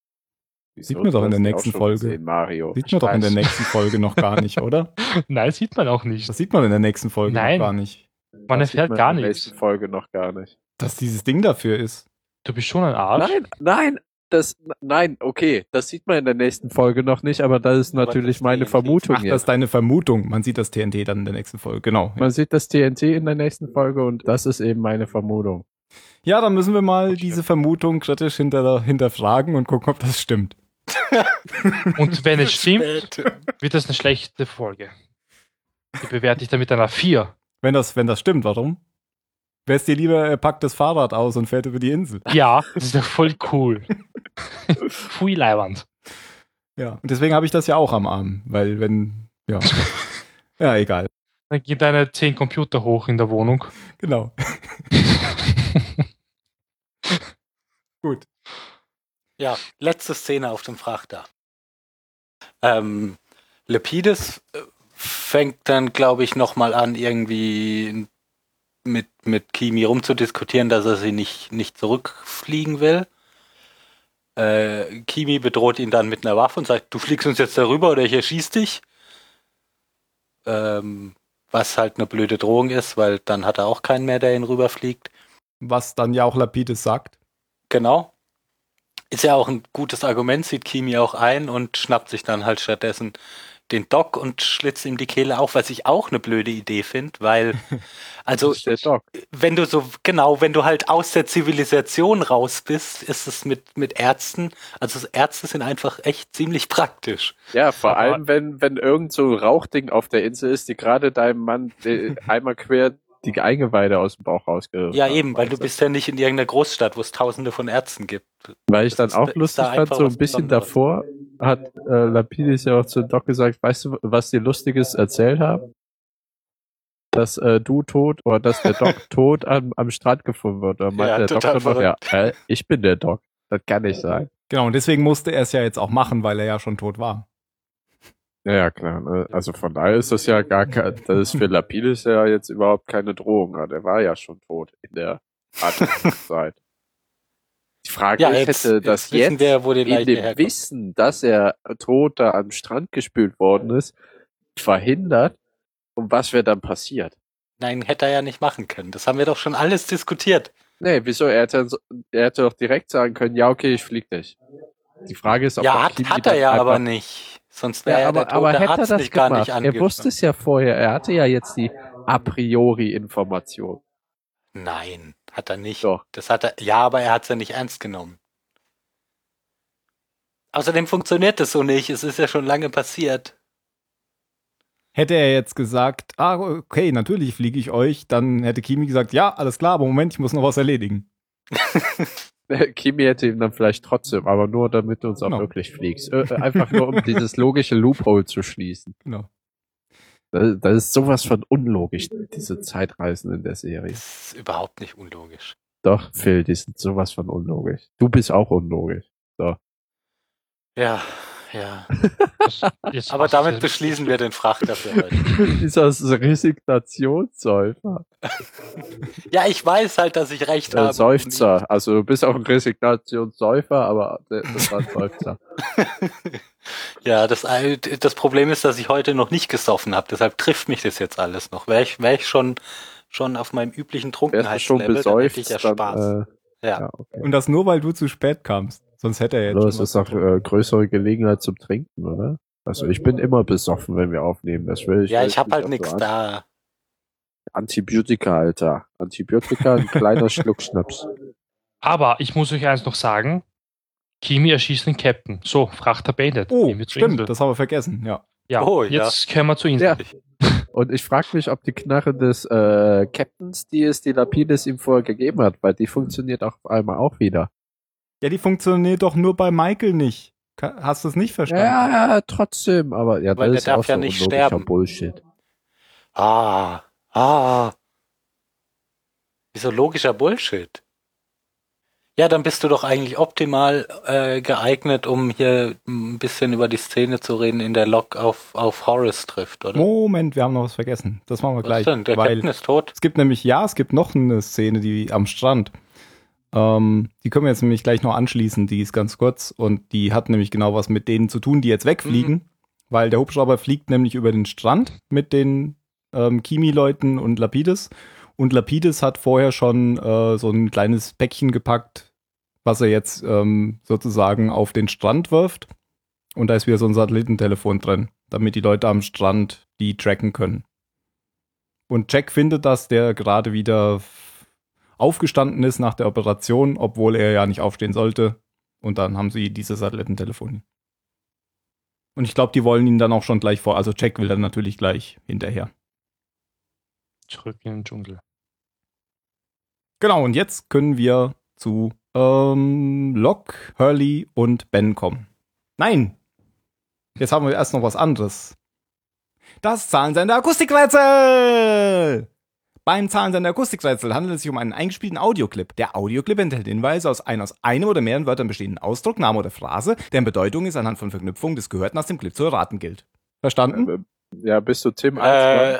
Speaker 4: <laughs>
Speaker 1: Sieht
Speaker 5: Wieso?
Speaker 1: man doch in
Speaker 5: Du hast
Speaker 1: der
Speaker 5: die
Speaker 1: nächsten
Speaker 5: auch schon
Speaker 1: Folge.
Speaker 5: Gesehen, Mario.
Speaker 1: Sieht man doch in der
Speaker 4: weiß.
Speaker 1: nächsten Folge noch gar nicht, oder?
Speaker 4: Nein, sieht man auch nicht.
Speaker 1: Das sieht man in der nächsten Folge
Speaker 4: Nein.
Speaker 1: noch gar nicht.
Speaker 4: Man
Speaker 5: Das sieht
Speaker 4: erfährt gar
Speaker 5: in der
Speaker 4: nichts.
Speaker 5: nächsten Folge noch gar nicht.
Speaker 1: Dass dieses Ding dafür ist.
Speaker 4: Du bist schon ein Arsch.
Speaker 5: Nein, nein, das, nein, okay, das sieht man in der nächsten Folge noch nicht, aber das ist
Speaker 3: Aber
Speaker 5: natürlich
Speaker 3: das
Speaker 5: meine
Speaker 3: TNT.
Speaker 5: Vermutung
Speaker 1: Ach, das
Speaker 5: jetzt.
Speaker 1: ist deine Vermutung. Man sieht das TNT dann in der nächsten Folge, genau.
Speaker 5: Man sieht das TNT in der nächsten Folge und das ist eben meine Vermutung.
Speaker 1: Ja, dann müssen wir mal diese Vermutung kritisch hinter, hinterfragen und gucken, ob das stimmt.
Speaker 3: <laughs>
Speaker 4: Und wenn es stimmt,
Speaker 3: spät.
Speaker 4: wird das eine schlechte Folge. Die bewerte ich dann mit einer 4.
Speaker 1: Wenn das, wenn das stimmt, warum? Wär's dir lieber, er packt das Fahrrad aus und fährt über die Insel.
Speaker 4: Ja, das ist ja voll
Speaker 3: <laughs>
Speaker 4: cool. Pfui Leiwand.
Speaker 1: Ja. Und deswegen habe ich das ja auch am Arm, weil wenn <laughs> Ja. ja, egal.
Speaker 4: Dann gehen deine zehn Computer hoch in der Wohnung.
Speaker 1: Genau. Gut.
Speaker 3: Ja, letzte Szene auf dem Frachter. Ähm, Lepides äh, fängt dann, glaube ich, nochmal an, irgendwie mit, mit Kimi rumzudiskutieren, dass er sie nicht, nicht zurückfliegen will. Äh, Kimi bedroht ihn dann mit einer Waffe und sagt, du fliegst uns jetzt darüber oder ich erschieß dich. Ähm, was halt eine blöde Drohung ist, weil dann hat er auch keinen mehr, der ihn rüberfliegt.
Speaker 1: Was dann ja auch Lapides sagt.
Speaker 3: Genau. Ist ja auch ein gutes Argument, sieht Kimi auch ein und schnappt sich dann halt stattdessen den Doc und schlitzt ihm die Kehle auf, was ich auch eine blöde Idee finde,
Speaker 5: <laughs>
Speaker 3: weil, also,
Speaker 5: Das ist der Doc.
Speaker 3: wenn du so, genau, wenn du halt aus der Zivilisation raus bist, ist es mit, mit Ärzten, also Ärzte sind einfach echt ziemlich praktisch.
Speaker 5: Ja, vor
Speaker 4: Aber-
Speaker 5: allem, wenn, wenn irgend so ein Rauchding auf der Insel ist, die gerade deinem Mann
Speaker 3: <laughs>
Speaker 5: äh, einmal quer die Eingeweide aus dem Bauch rausgerissen
Speaker 3: Ja,
Speaker 5: haben.
Speaker 3: eben, weil du bist ja nicht in irgendeiner Großstadt, wo es tausende von Ärzten gibt.
Speaker 5: Weil ich dann
Speaker 3: Das ist-
Speaker 5: auch
Speaker 3: ist
Speaker 5: lustig
Speaker 3: da
Speaker 5: fand,
Speaker 3: einfach
Speaker 5: so
Speaker 3: was
Speaker 5: ein bisschen
Speaker 3: Besonderes.
Speaker 5: davor hat äh, Lapidis ja auch zu Doc gesagt, weißt du, was die Lustiges erzählt haben? Dass äh, du tot oder dass
Speaker 3: <laughs>
Speaker 5: der Doc tot am, am Strand gefunden wird. Da meinte
Speaker 3: Ja,
Speaker 5: der
Speaker 3: total
Speaker 5: Doktor noch, ja,
Speaker 3: verrückt.
Speaker 5: äh, ich bin der Doc. Das kann nicht sein.
Speaker 1: Genau, und deswegen musste er es ja jetzt auch machen, weil er ja schon tot war.
Speaker 5: Ja, ja, klar. Ne? Also von daher ist das ja gar kein, das ist für Lapidis ja jetzt überhaupt keine Drohung. ne? Der war ja schon tot in der Zeit. Die Frage
Speaker 3: Ja,
Speaker 5: ist,
Speaker 3: jetzt,
Speaker 5: hätte
Speaker 3: jetzt
Speaker 5: das
Speaker 3: wissen
Speaker 5: jetzt
Speaker 3: wir, wo die
Speaker 5: in
Speaker 3: Leiche
Speaker 5: dem
Speaker 3: herkommt.
Speaker 5: Wissen, dass er tot da am Strand gespült worden ist, verhindert. Und was wäre dann passiert?
Speaker 3: Nein, hätte er ja nicht machen können. Das haben wir doch schon alles diskutiert.
Speaker 5: Nee, wieso? Er hätte, so- er hätte doch direkt sagen können, ja, okay, ich flieg dich. Die Frage ist, ob
Speaker 3: ja,
Speaker 5: der
Speaker 3: hat,
Speaker 5: Kimi
Speaker 3: hat er
Speaker 5: dann
Speaker 3: ja
Speaker 5: einfach-
Speaker 3: aber nicht. Sonst wäre
Speaker 5: Ja,
Speaker 3: ja,
Speaker 5: aber,
Speaker 3: der
Speaker 5: aber
Speaker 3: tote
Speaker 5: hätte er
Speaker 3: Arzt
Speaker 5: das
Speaker 3: nicht
Speaker 5: gemacht?
Speaker 3: gar nicht angefangen.
Speaker 5: er wusste es ja vorher. Er hatte ja jetzt die a priori Information. <laughs>
Speaker 3: Nein, hat er nicht.
Speaker 5: Doch.
Speaker 3: Das hat er, ja, aber er hat es ja nicht ernst genommen. Außerdem funktioniert das so nicht. Es ist ja schon lange passiert.
Speaker 1: Hätte er jetzt gesagt, ah, okay, natürlich fliege ich euch, dann hätte Kimi gesagt, ja, alles klar, aber Moment, ich muss noch was erledigen.
Speaker 5: Kimi hätte ihm dann vielleicht trotzdem, aber nur damit du uns auch
Speaker 1: Genau.
Speaker 5: wirklich fliegst. Äh, äh, einfach nur, um dieses logische Loophole zu schließen.
Speaker 1: Genau.
Speaker 5: Das, das ist sowas von unlogisch, diese Zeitreisen in der Serie.
Speaker 3: Das ist überhaupt nicht unlogisch.
Speaker 5: Doch, Phil, die sind sowas von unlogisch. Du bist auch unlogisch. <laughs>
Speaker 3: Ja, ja.
Speaker 4: Das- jetzt
Speaker 3: Aber
Speaker 4: hast du
Speaker 3: damit
Speaker 4: das-
Speaker 3: beschließen wir den Frachter für heute.
Speaker 5: Dieser Resignationssäufer.
Speaker 3: Ja, ich weiß halt, dass ich recht
Speaker 5: Äh,
Speaker 3: habe.
Speaker 5: Seufzer. Also du bist auch ein Resignationssäufer, aber äh, das war ein Seufzer.
Speaker 3: Ja, das, Al- das Problem ist, dass ich heute noch nicht gesoffen habe. Deshalb trifft mich das jetzt alles noch. Wäre ich, wär ich schon, schon auf meinem üblichen
Speaker 5: Wärst du schon
Speaker 3: Trunkenheitslevel, dann hätte ich
Speaker 5: besäuft,
Speaker 3: ja
Speaker 5: dann,
Speaker 3: Spaß.
Speaker 5: äh,
Speaker 3: Ja.
Speaker 5: ja. okay.
Speaker 1: Und das nur, weil du zu spät kamst. Sonst hätte er jetzt.
Speaker 5: Los,
Speaker 1: schon
Speaker 5: ist doch äh, größere Gelegenheit zum Trinken, oder? Also ich bin immer besoffen, wenn wir aufnehmen. Das will ich.
Speaker 3: ja,
Speaker 5: will
Speaker 3: ich habe
Speaker 5: mich
Speaker 3: halt
Speaker 5: auch
Speaker 3: nichts
Speaker 5: so an-
Speaker 3: da.
Speaker 5: Antibiotika, Alter. Antibiotika,
Speaker 3: <laughs>
Speaker 5: ein kleiner Schluck Schnaps.
Speaker 4: Aber ich muss euch eins noch sagen. Kimi erschießt den Captain. So, Frachter beendet.
Speaker 1: oh,
Speaker 4: Gehen wir zur Insel.
Speaker 1: stimmt, das haben wir vergessen, ja.
Speaker 4: ja,
Speaker 3: Oh, ja.
Speaker 4: jetzt können wir zur Insel.
Speaker 5: Ja. Und ich frage mich, ob die Knarre des äh, Captains die ist, die Lapidis ihm vorher gegeben hat, weil die funktioniert auch auf einmal auch wieder.
Speaker 1: Ja, die funktioniert doch nur bei Michael nicht. Ka- Hast du es nicht verstanden?
Speaker 5: Ja, ja, trotzdem, aber ja,
Speaker 3: Weil
Speaker 5: das ist
Speaker 3: der darf
Speaker 5: auch
Speaker 3: ja
Speaker 5: so
Speaker 3: nicht
Speaker 5: unlogischer
Speaker 3: sterben.
Speaker 5: Bullshit.
Speaker 3: Ah, ah. Wieso logischer Bullshit? Ja, dann bist du doch eigentlich optimal äh, geeignet, um hier ein bisschen über die Szene zu reden, in der Lok auf, auf Horace trifft, oder?
Speaker 1: Moment, wir haben noch was vergessen. Das machen wir gleich.
Speaker 3: denn? Der
Speaker 1: weil
Speaker 3: Captain ist tot.
Speaker 1: es gibt nämlich, ja, es gibt noch eine Szene, die am Strand. Ähm, die können wir jetzt nämlich gleich noch anschließen, die ist ganz kurz und die hat nämlich genau was mit denen zu tun, die jetzt wegfliegen, weil der Hubschrauber fliegt nämlich über den Strand mit den ähm, Kimi-Leuten und Lapides und Lapides hat vorher schon äh, so ein kleines Päckchen gepackt, was er jetzt ähm, sozusagen auf den Strand wirft und da ist wieder so ein Satellitentelefon drin, damit die Leute am Strand die tracken können. Und Jack findet das, der gerade wieder f- aufgestanden ist nach der Operation, obwohl er ja nicht aufstehen sollte. Und dann haben sie diese Satellitentelefonie. Und ich glaube, die wollen ihn dann auch schon gleich vor. Also Jack will dann natürlich gleich hinterher.
Speaker 4: Zurück in den Dschungel.
Speaker 1: Genau, und jetzt können wir zu ähm, Locke, Hurley und Ben kommen. Nein! Jetzt haben wir erst noch was anderes. Das Zahlensender Akustikrätsel! Beim Zahlensender Akustikrätsel handelt es sich um einen eingespielten Audioclip. Der Audioclip enthält Hinweise aus einem aus einem oder mehreren Wörtern bestehenden Ausdruck, Name oder Phrase, deren Bedeutung es anhand von Verknüpfungen des Gehörten aus dem Clip zu erraten gilt. Verstanden?
Speaker 5: Ja, bist du Tim
Speaker 3: Mhm. Äh,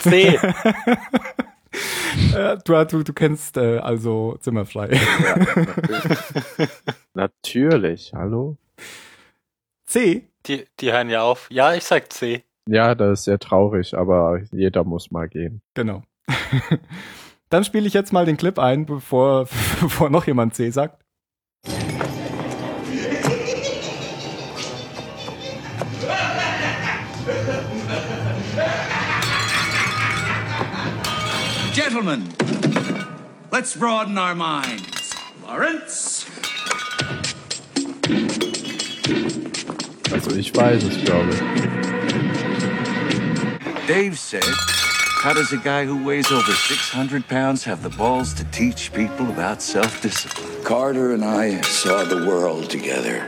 Speaker 3: C.
Speaker 1: Äh, du, du, du kennst äh, also zimmerfrei.
Speaker 5: Ja, natürlich. natürlich, hallo?
Speaker 1: <laughs> C.
Speaker 3: Die, die hören ja auf. Ja, ich sag C.
Speaker 5: Ja, das ist sehr traurig, aber jeder muss mal gehen.
Speaker 1: Genau. <laughs> Dann spiele ich jetzt mal den Clip ein, bevor, <laughs> bevor noch jemand C sagt.
Speaker 2: Gentlemen, let's broaden our minds. Lawrence,
Speaker 5: Also ich weiß es, glaube ich.
Speaker 2: Dave said, How does a guy who weighs over 600 pounds have the balls to teach people about self discipline?
Speaker 6: Carter and I saw the world together.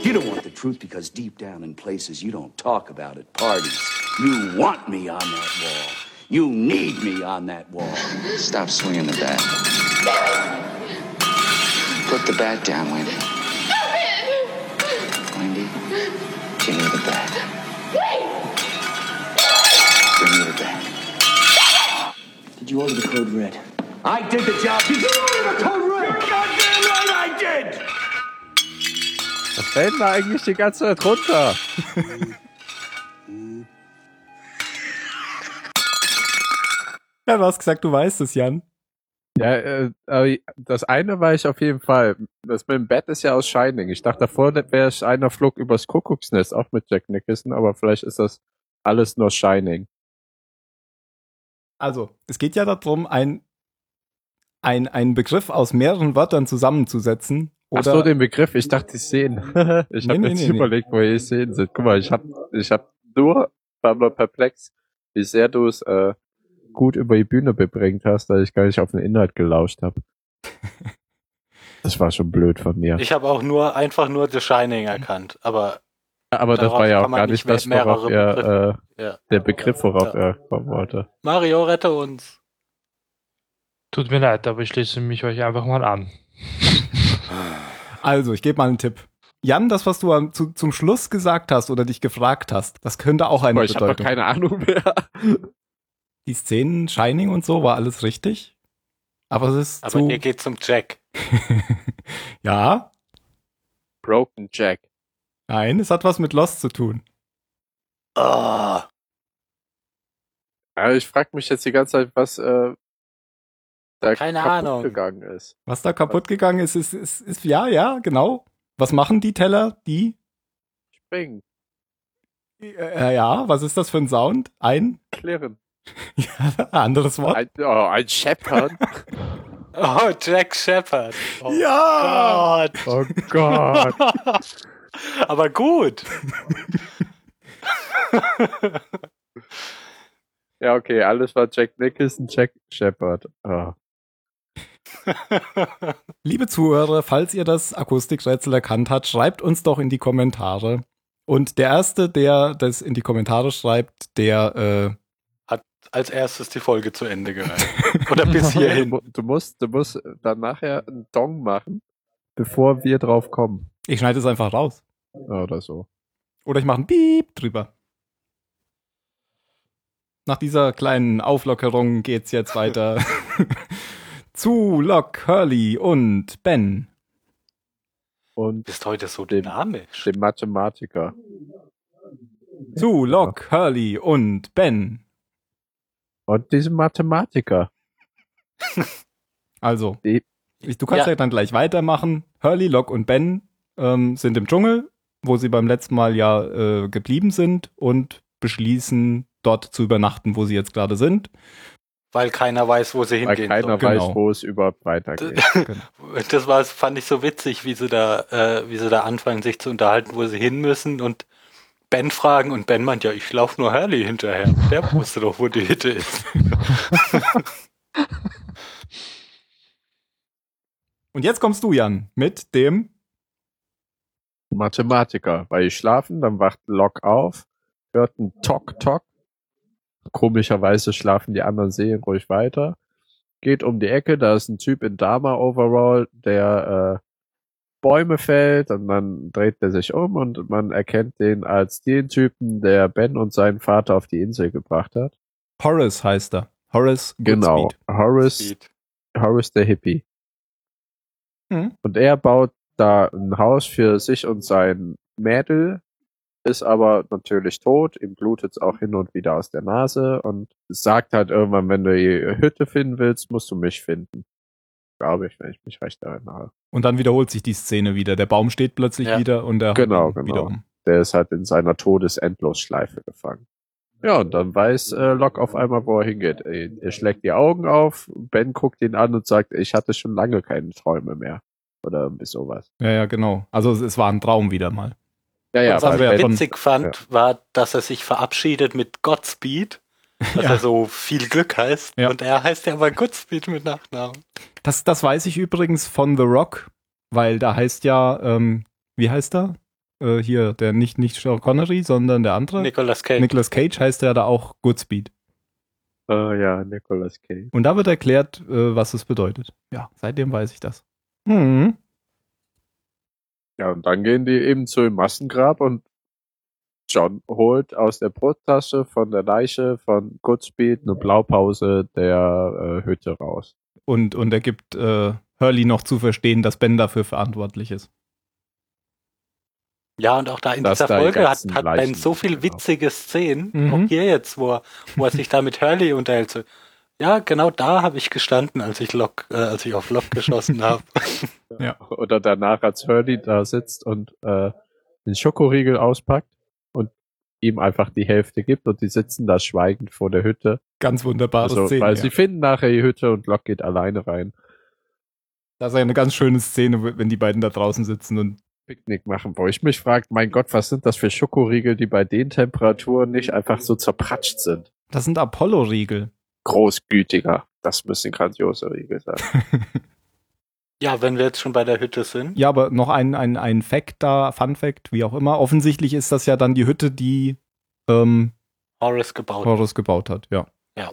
Speaker 2: You don't want the truth because deep down in places you don't talk about at parties, you want me on that wall. You need me on that wall.
Speaker 6: Stop swinging the bat. Put the bat down, Wendy. Wendy, give me the bat. Give me the bat.
Speaker 2: Did you order the code red? I did the job. Did you order the code red? You're goddamn right I did!
Speaker 5: Das fällt mir eigentlich die ganze Zeit runter.
Speaker 1: Ja, du hast gesagt, du weißt es, Jan.
Speaker 5: Ja, äh, aber das eine war ich auf jeden Fall. Das mit dem Bett ist ja aus Shining. Ich dachte davor wäre ich einer Flug übers Kuckucksnest, auch mit Jack Nicholson, aber vielleicht ist das alles nur Shining.
Speaker 1: Also, es geht ja darum, ein, ein, einen Begriff aus mehreren Wörtern zusammenzusetzen. Oder,
Speaker 5: Ach so, den Begriff, ich dachte
Speaker 1: <laughs>
Speaker 5: die Szenen. ich habe
Speaker 1: Nee, nee,
Speaker 5: jetzt
Speaker 1: nee, nee.
Speaker 5: überlegt, woher die Szenen sind. Guck mal, ich habe ich hab nur, war nur perplex, wie sehr du es äh, gut über die Bühne bebringt hast, dass ich gar nicht auf den Inhalt
Speaker 1: <laughs>
Speaker 5: gelauscht habe. Das war schon blöd von mir.
Speaker 3: Ich habe auch nur einfach nur The
Speaker 5: Mhm.
Speaker 3: Shining erkannt. Aber
Speaker 5: Aber das
Speaker 3: darauf
Speaker 5: war ja auch
Speaker 3: kann man
Speaker 5: gar
Speaker 3: nicht
Speaker 5: nicht das,
Speaker 3: mehr-
Speaker 5: worauf
Speaker 3: mehrere
Speaker 5: er, äh,
Speaker 3: ja.
Speaker 5: der Begriff, worauf
Speaker 3: Ja.
Speaker 5: er kommen wollte.
Speaker 3: Mario, rette uns.
Speaker 4: Tut mir leid, aber ich schließe mich euch einfach mal an.
Speaker 2: Ah.
Speaker 1: also, ich gebe mal einen Tipp. Jan, das, was du am, zu, zum Schluss gesagt hast oder dich gefragt hast, das könnte auch eine
Speaker 5: Boah, ich habe
Speaker 1: Bedeutung.
Speaker 5: doch keine Ahnung
Speaker 1: <laughs>
Speaker 5: mehr.
Speaker 1: Die Szenen, Shining und so, war alles richtig. Aber es ist
Speaker 3: Aber
Speaker 1: zu...
Speaker 3: ihr geht zum Jack.
Speaker 1: ja,
Speaker 5: Broken Jack.
Speaker 1: nein, es hat was mit Lost zu tun.
Speaker 3: Oh,
Speaker 5: Also ich frage mich jetzt die ganze Zeit, was äh, da
Speaker 3: Keine
Speaker 5: kaputt
Speaker 3: Ahnung.
Speaker 5: gegangen ist.
Speaker 1: Was da kaputt gegangen ist, ist, ist, ist ja, ja, genau. Was machen die Teller? Die?
Speaker 5: Springen,
Speaker 1: Äh, ja, was ist das für ein Sound? Ein <laughs>
Speaker 5: klirren.
Speaker 1: anderes Wort?
Speaker 5: Ein, oh, ein Scheppern.
Speaker 3: oh Jack Shepard. Oh
Speaker 1: ja!
Speaker 3: Gott.
Speaker 5: <laughs> oh Gott.
Speaker 3: Aber gut.
Speaker 5: Ja, okay, alles war Jack Nicholson, Jack Shepard. Oh.
Speaker 1: Liebe Zuhörer, falls ihr das Akustikrätsel erkannt habt, schreibt uns doch in die Kommentare. Und der Erste, der das in die Kommentare schreibt, der,
Speaker 3: Als erstes die Folge zu Ende gehört. Oder
Speaker 5: <laughs>
Speaker 3: bis
Speaker 5: Du,
Speaker 3: hierhin.
Speaker 5: mu- du musst, du musst dann nachher einen Dong machen, bevor wir drauf kommen.
Speaker 1: äh, ich schneide es einfach raus.
Speaker 5: Oder so.
Speaker 1: Oder ich mache einen Piep drüber. Nach dieser kleinen Auflockerung geht's jetzt weiter zu Lock, Hurley und Ben.
Speaker 5: Und
Speaker 3: Bist heute so
Speaker 5: Dem-
Speaker 3: dynamisch.
Speaker 5: dem Mathematiker.
Speaker 1: Zu Lock, Hurley und Ben.
Speaker 5: Und diesem Mathematiker.
Speaker 1: Also,
Speaker 5: Die-
Speaker 1: ich, du kannst ja.
Speaker 3: Ja.
Speaker 1: dann gleich weitermachen. Hurley, Lock und Ben ähm, sind im Dschungel, wo sie beim letzten Mal ja äh, geblieben sind und beschließen, dort zu übernachten, wo sie jetzt gerade sind.
Speaker 3: Weil keiner weiß, wo sie
Speaker 5: Weil
Speaker 3: hingehen
Speaker 5: keiner
Speaker 3: sollen.
Speaker 5: weiß,
Speaker 1: Genau.
Speaker 5: wo es überhaupt weitergeht.
Speaker 3: Das war, fand ich so witzig, wie sie da, äh, wie sie da anfangen, sich zu unterhalten, wo sie hin müssen und Ben fragen und Ben meint, ja, ich laufe nur Hurley hinterher. Der wusste doch, wo die Hütte ist.
Speaker 1: Und jetzt kommst du, Jan, mit dem
Speaker 5: Mathematiker. Weil die schlafen, dann wacht Locke auf, hört ein Tok-Tok Komischerweise schlafen die anderen Serien ruhig weiter. Geht um die Ecke, da ist ein Typ in Dama Overall, der äh, Bäume fällt und dann dreht er sich um und man erkennt den als den Typen, der Ben und seinen Vater auf die Insel gebracht hat.
Speaker 1: Horace heißt er. Horace
Speaker 5: Genau,
Speaker 1: Goodspeed.
Speaker 5: Horace, Horace der Hippie. Genau.
Speaker 1: Mhm.
Speaker 5: Und er baut da ein Haus für sich und sein Mädel, ist aber natürlich tot, ihm blutet's auch hin und wieder aus der Nase und sagt halt irgendwann, wenn du die Hütte finden willst, musst du mich finden. Glaube ich, wenn ich mich recht erinnere.
Speaker 1: Und dann wiederholt sich die Szene wieder. Der Baum steht plötzlich
Speaker 3: Ja.
Speaker 1: wieder und er haut
Speaker 5: Genau,
Speaker 1: ihn
Speaker 5: genau.
Speaker 1: wieder um.
Speaker 5: Der ist halt in seiner Todesendlosschleife gefangen. Ja, und dann weiß äh, Locke auf einmal, wo er hingeht. Er, er schlägt die Augen auf, Ben guckt ihn an und sagt, ich hatte schon lange keine Träume mehr. Oder irgendwie sowas.
Speaker 1: Ja, ja, genau. Also es, es war ein Traum wieder mal.
Speaker 5: Ja, ja,
Speaker 3: was
Speaker 1: aber
Speaker 3: ich
Speaker 1: wer-
Speaker 5: Ben-
Speaker 3: witzig fand, war, dass er sich verabschiedet mit Godspeed, dass
Speaker 1: Ja.
Speaker 3: er so viel Glück heißt.
Speaker 1: Ja.
Speaker 3: Und er heißt ja aber Godspeed mit Nachnamen.
Speaker 1: Das, das weiß ich übrigens von The Rock, weil da heißt ja, ähm, wie heißt er? Äh, hier, der nicht, nicht Sean Connery, sondern der andere.
Speaker 3: Nicolas Cage.
Speaker 1: Nicolas Cage heißt ja da auch Goodspeed.
Speaker 5: Oh ja, Nicolas Cage.
Speaker 1: Und da wird erklärt, äh, was es bedeutet. Ja, seitdem weiß ich das.
Speaker 3: Mhm.
Speaker 1: Hm.
Speaker 5: Ja, und dann gehen die eben zu dem Massengrab und John holt aus der Brottasche von der Leiche von Goodspeed eine Blaupause der äh, Hütte raus. <laughs>
Speaker 1: Und, und er gibt äh, Hurley noch zu verstehen, dass Ben dafür verantwortlich ist.
Speaker 3: Ja, und auch da in
Speaker 5: Dass
Speaker 3: dieser
Speaker 5: da die
Speaker 3: Folge hat,
Speaker 5: ganzen
Speaker 3: hat Ben
Speaker 5: Leichen
Speaker 3: so
Speaker 5: sind,
Speaker 3: viel
Speaker 5: genau.
Speaker 3: witzige Szenen,
Speaker 1: Mhm.
Speaker 3: auch hier jetzt, wo er,
Speaker 5: <laughs>
Speaker 3: wo er sich da mit Hurley unterhält. So, ja, genau da habe ich gestanden, als ich Lock, äh, als ich auf Lock
Speaker 5: <laughs>
Speaker 3: geschossen habe.
Speaker 5: Oder danach, als Hurley da sitzt und äh, den Schokoriegel auspackt und ihm einfach die Hälfte gibt und die sitzen da schweigend vor der Hütte.
Speaker 1: Ganz wunderbare
Speaker 5: Also,
Speaker 1: Szene.
Speaker 5: weil
Speaker 1: ja.
Speaker 5: sie finden nachher die Hütte und Locke geht alleine rein.
Speaker 1: Das ist ja eine ganz schöne Szene, wenn die beiden da draußen sitzen und
Speaker 5: Picknick machen, wo ich mich frage, mein Gott, was sind das für Schokoriegel, die bei den Temperaturen nicht einfach so zerpratscht sind?
Speaker 1: das sind Apollo-Riegel.
Speaker 5: Großgütiger. Das müssen grandiose Riegel sein.
Speaker 3: Ja, wenn wir jetzt schon bei der Hütte sind.
Speaker 1: Ja, aber noch ein, ein, ein Fact da, Fun Fact, wie auch immer. Offensichtlich ist das ja dann die Hütte, die ähm,
Speaker 3: Horace gebaut.
Speaker 1: Horus gebaut hat, ja.
Speaker 3: Ja.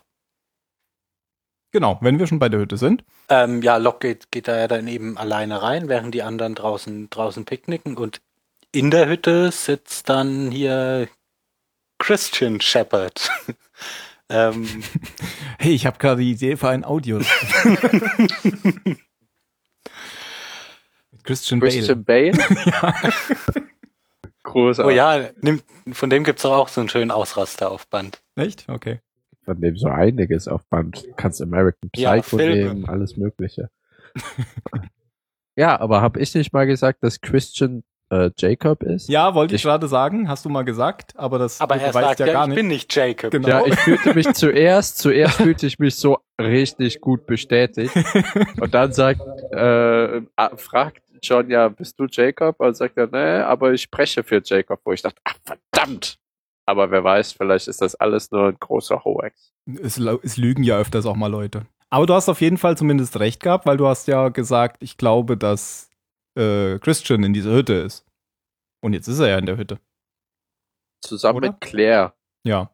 Speaker 1: Genau, wenn wir schon bei der Hütte sind.
Speaker 3: Ähm, ja, Locke geht, geht da ja dann eben alleine rein, während die anderen draußen, draußen picknicken. Und in der Hütte sitzt dann hier Christian Shepherd. <laughs> ähm,
Speaker 1: Hey, ich habe gerade die Idee für ein Audio. Mit Christian Bale.
Speaker 5: Christian <laughs> Bale? Großartig.
Speaker 3: oh ja, nimmt, von dem gibt's doch auch so einen schönen Ausraster auf Band.
Speaker 1: Echt? Okay.
Speaker 5: Von dem so einiges auf Band. Du kannst American
Speaker 3: Ja,
Speaker 5: Psycho
Speaker 3: Filme.
Speaker 5: nehmen,
Speaker 3: <laughs>
Speaker 5: alles Mögliche. ja, aber habe ich nicht mal gesagt, dass Christian äh, Jacob ist?
Speaker 1: Ja, wollte ich
Speaker 5: Ich-
Speaker 1: gerade sagen, hast du mal gesagt, aber das
Speaker 3: Aber er
Speaker 1: beweist
Speaker 3: sagt ja, ich bin nicht Jacob.
Speaker 1: Genau.
Speaker 5: Ja, ich fühlte
Speaker 1: <laughs>
Speaker 5: mich zuerst, zuerst fühlte ich mich so richtig gut bestätigt. Und dann sagt, äh, ah, fragt John ja, bist du Jacob? Und sagt er, nee, aber ich spreche für Jacob, wo ich dachte, ach verdammt! Aber wer weiß, vielleicht ist das alles nur ein großer Hoax.
Speaker 1: Es, lau- es lügen ja öfters auch mal Leute. Aber du hast auf jeden Fall zumindest recht gehabt, weil du hast ja gesagt, ich glaube, dass äh, Christian in dieser Hütte ist. Und jetzt ist er ja in der Hütte.
Speaker 5: Zusammen
Speaker 1: Oder?
Speaker 5: mit Claire.
Speaker 1: Ja,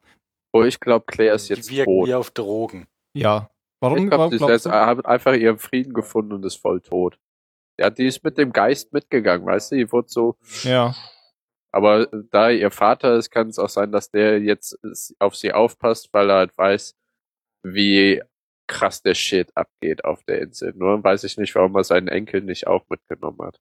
Speaker 5: Oh, ich glaube, Claire ist jetzt
Speaker 3: die wirken
Speaker 5: tot.
Speaker 3: wie auf Drogen.
Speaker 1: ja. Warum
Speaker 5: Ich glaube,
Speaker 1: warum
Speaker 5: sie ist
Speaker 1: glaubst
Speaker 5: jetzt,
Speaker 1: du?
Speaker 5: hat einfach ihren Frieden gefunden und ist voll tot. Ja, die ist mit dem Geist mitgegangen, weißt du? Die wurde so
Speaker 1: Ja,
Speaker 5: Aber da ihr Vater ist, kann es auch sein, dass der jetzt s- auf sie aufpasst, weil er halt weiß, wie krass der Shit abgeht auf der Insel. Nur weiß ich nicht, warum er seinen Enkel nicht auch mitgenommen hat.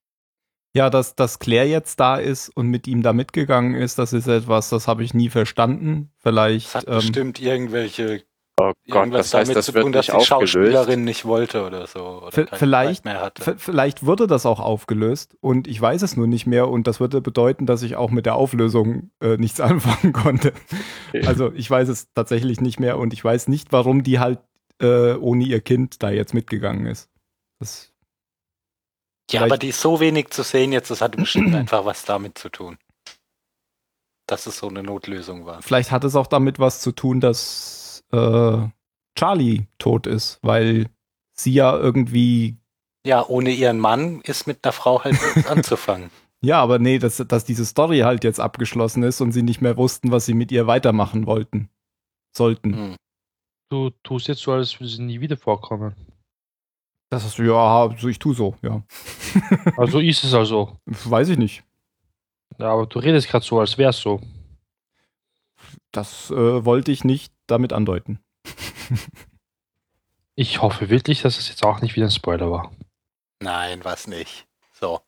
Speaker 1: ja dass, dass Claire jetzt da ist und mit ihm da mitgegangen ist, das ist etwas, das habe ich nie verstanden. Vielleicht.
Speaker 3: Das hat
Speaker 1: Ähm,
Speaker 3: bestimmt irgendwelche
Speaker 5: Oh Gott,
Speaker 3: irgendwas
Speaker 5: das heißt,
Speaker 3: damit
Speaker 5: das
Speaker 3: zu
Speaker 5: wird
Speaker 3: tun, dass
Speaker 5: nicht
Speaker 3: die
Speaker 5: aufgelöst.
Speaker 3: Schauspielerin nicht wollte oder so. Oder
Speaker 1: V-
Speaker 3: keine
Speaker 1: vielleicht-
Speaker 3: Zeit mehr hatte.
Speaker 1: v- vielleicht wurde das auch aufgelöst und ich weiß es nur nicht mehr und das würde bedeuten, dass ich auch mit der Auflösung äh, nichts <laughs> anfangen konnte. Also ich weiß es tatsächlich nicht mehr und ich weiß nicht, warum die halt äh, ohne ihr Kind da jetzt mitgegangen ist. Das,
Speaker 3: Ja,
Speaker 1: vielleicht-
Speaker 3: aber die ist so wenig zu sehen jetzt, das hatte
Speaker 1: <clears throat>
Speaker 3: bestimmt einfach was damit zu tun. Dass es so eine Notlösung war.
Speaker 1: vielleicht hat es auch damit was zu tun, dass äh, Charlie tot ist, weil sie ja irgendwie,
Speaker 3: Ja, ohne ihren Mann ist mit einer Frau halt
Speaker 1: <laughs>
Speaker 3: nichts anzufangen.
Speaker 1: ja, aber nee, dass, dass diese Story halt jetzt abgeschlossen ist und sie nicht mehr wussten, was sie mit ihr weitermachen wollten. sollten.
Speaker 3: Hm.
Speaker 4: Du tust jetzt so, als würde sie nie wieder vorkommen.
Speaker 1: Das ist, ja, so ich tu so, ja.
Speaker 4: Also ist es also.
Speaker 1: Weiß ich nicht.
Speaker 4: Ja, aber du redest gerade so, als wär's so.
Speaker 1: Das äh, wollte ich nicht damit andeuten.
Speaker 4: Ich hoffe wirklich, dass es jetzt auch nicht wieder ein Spoiler war.
Speaker 3: Nein, was nicht. So.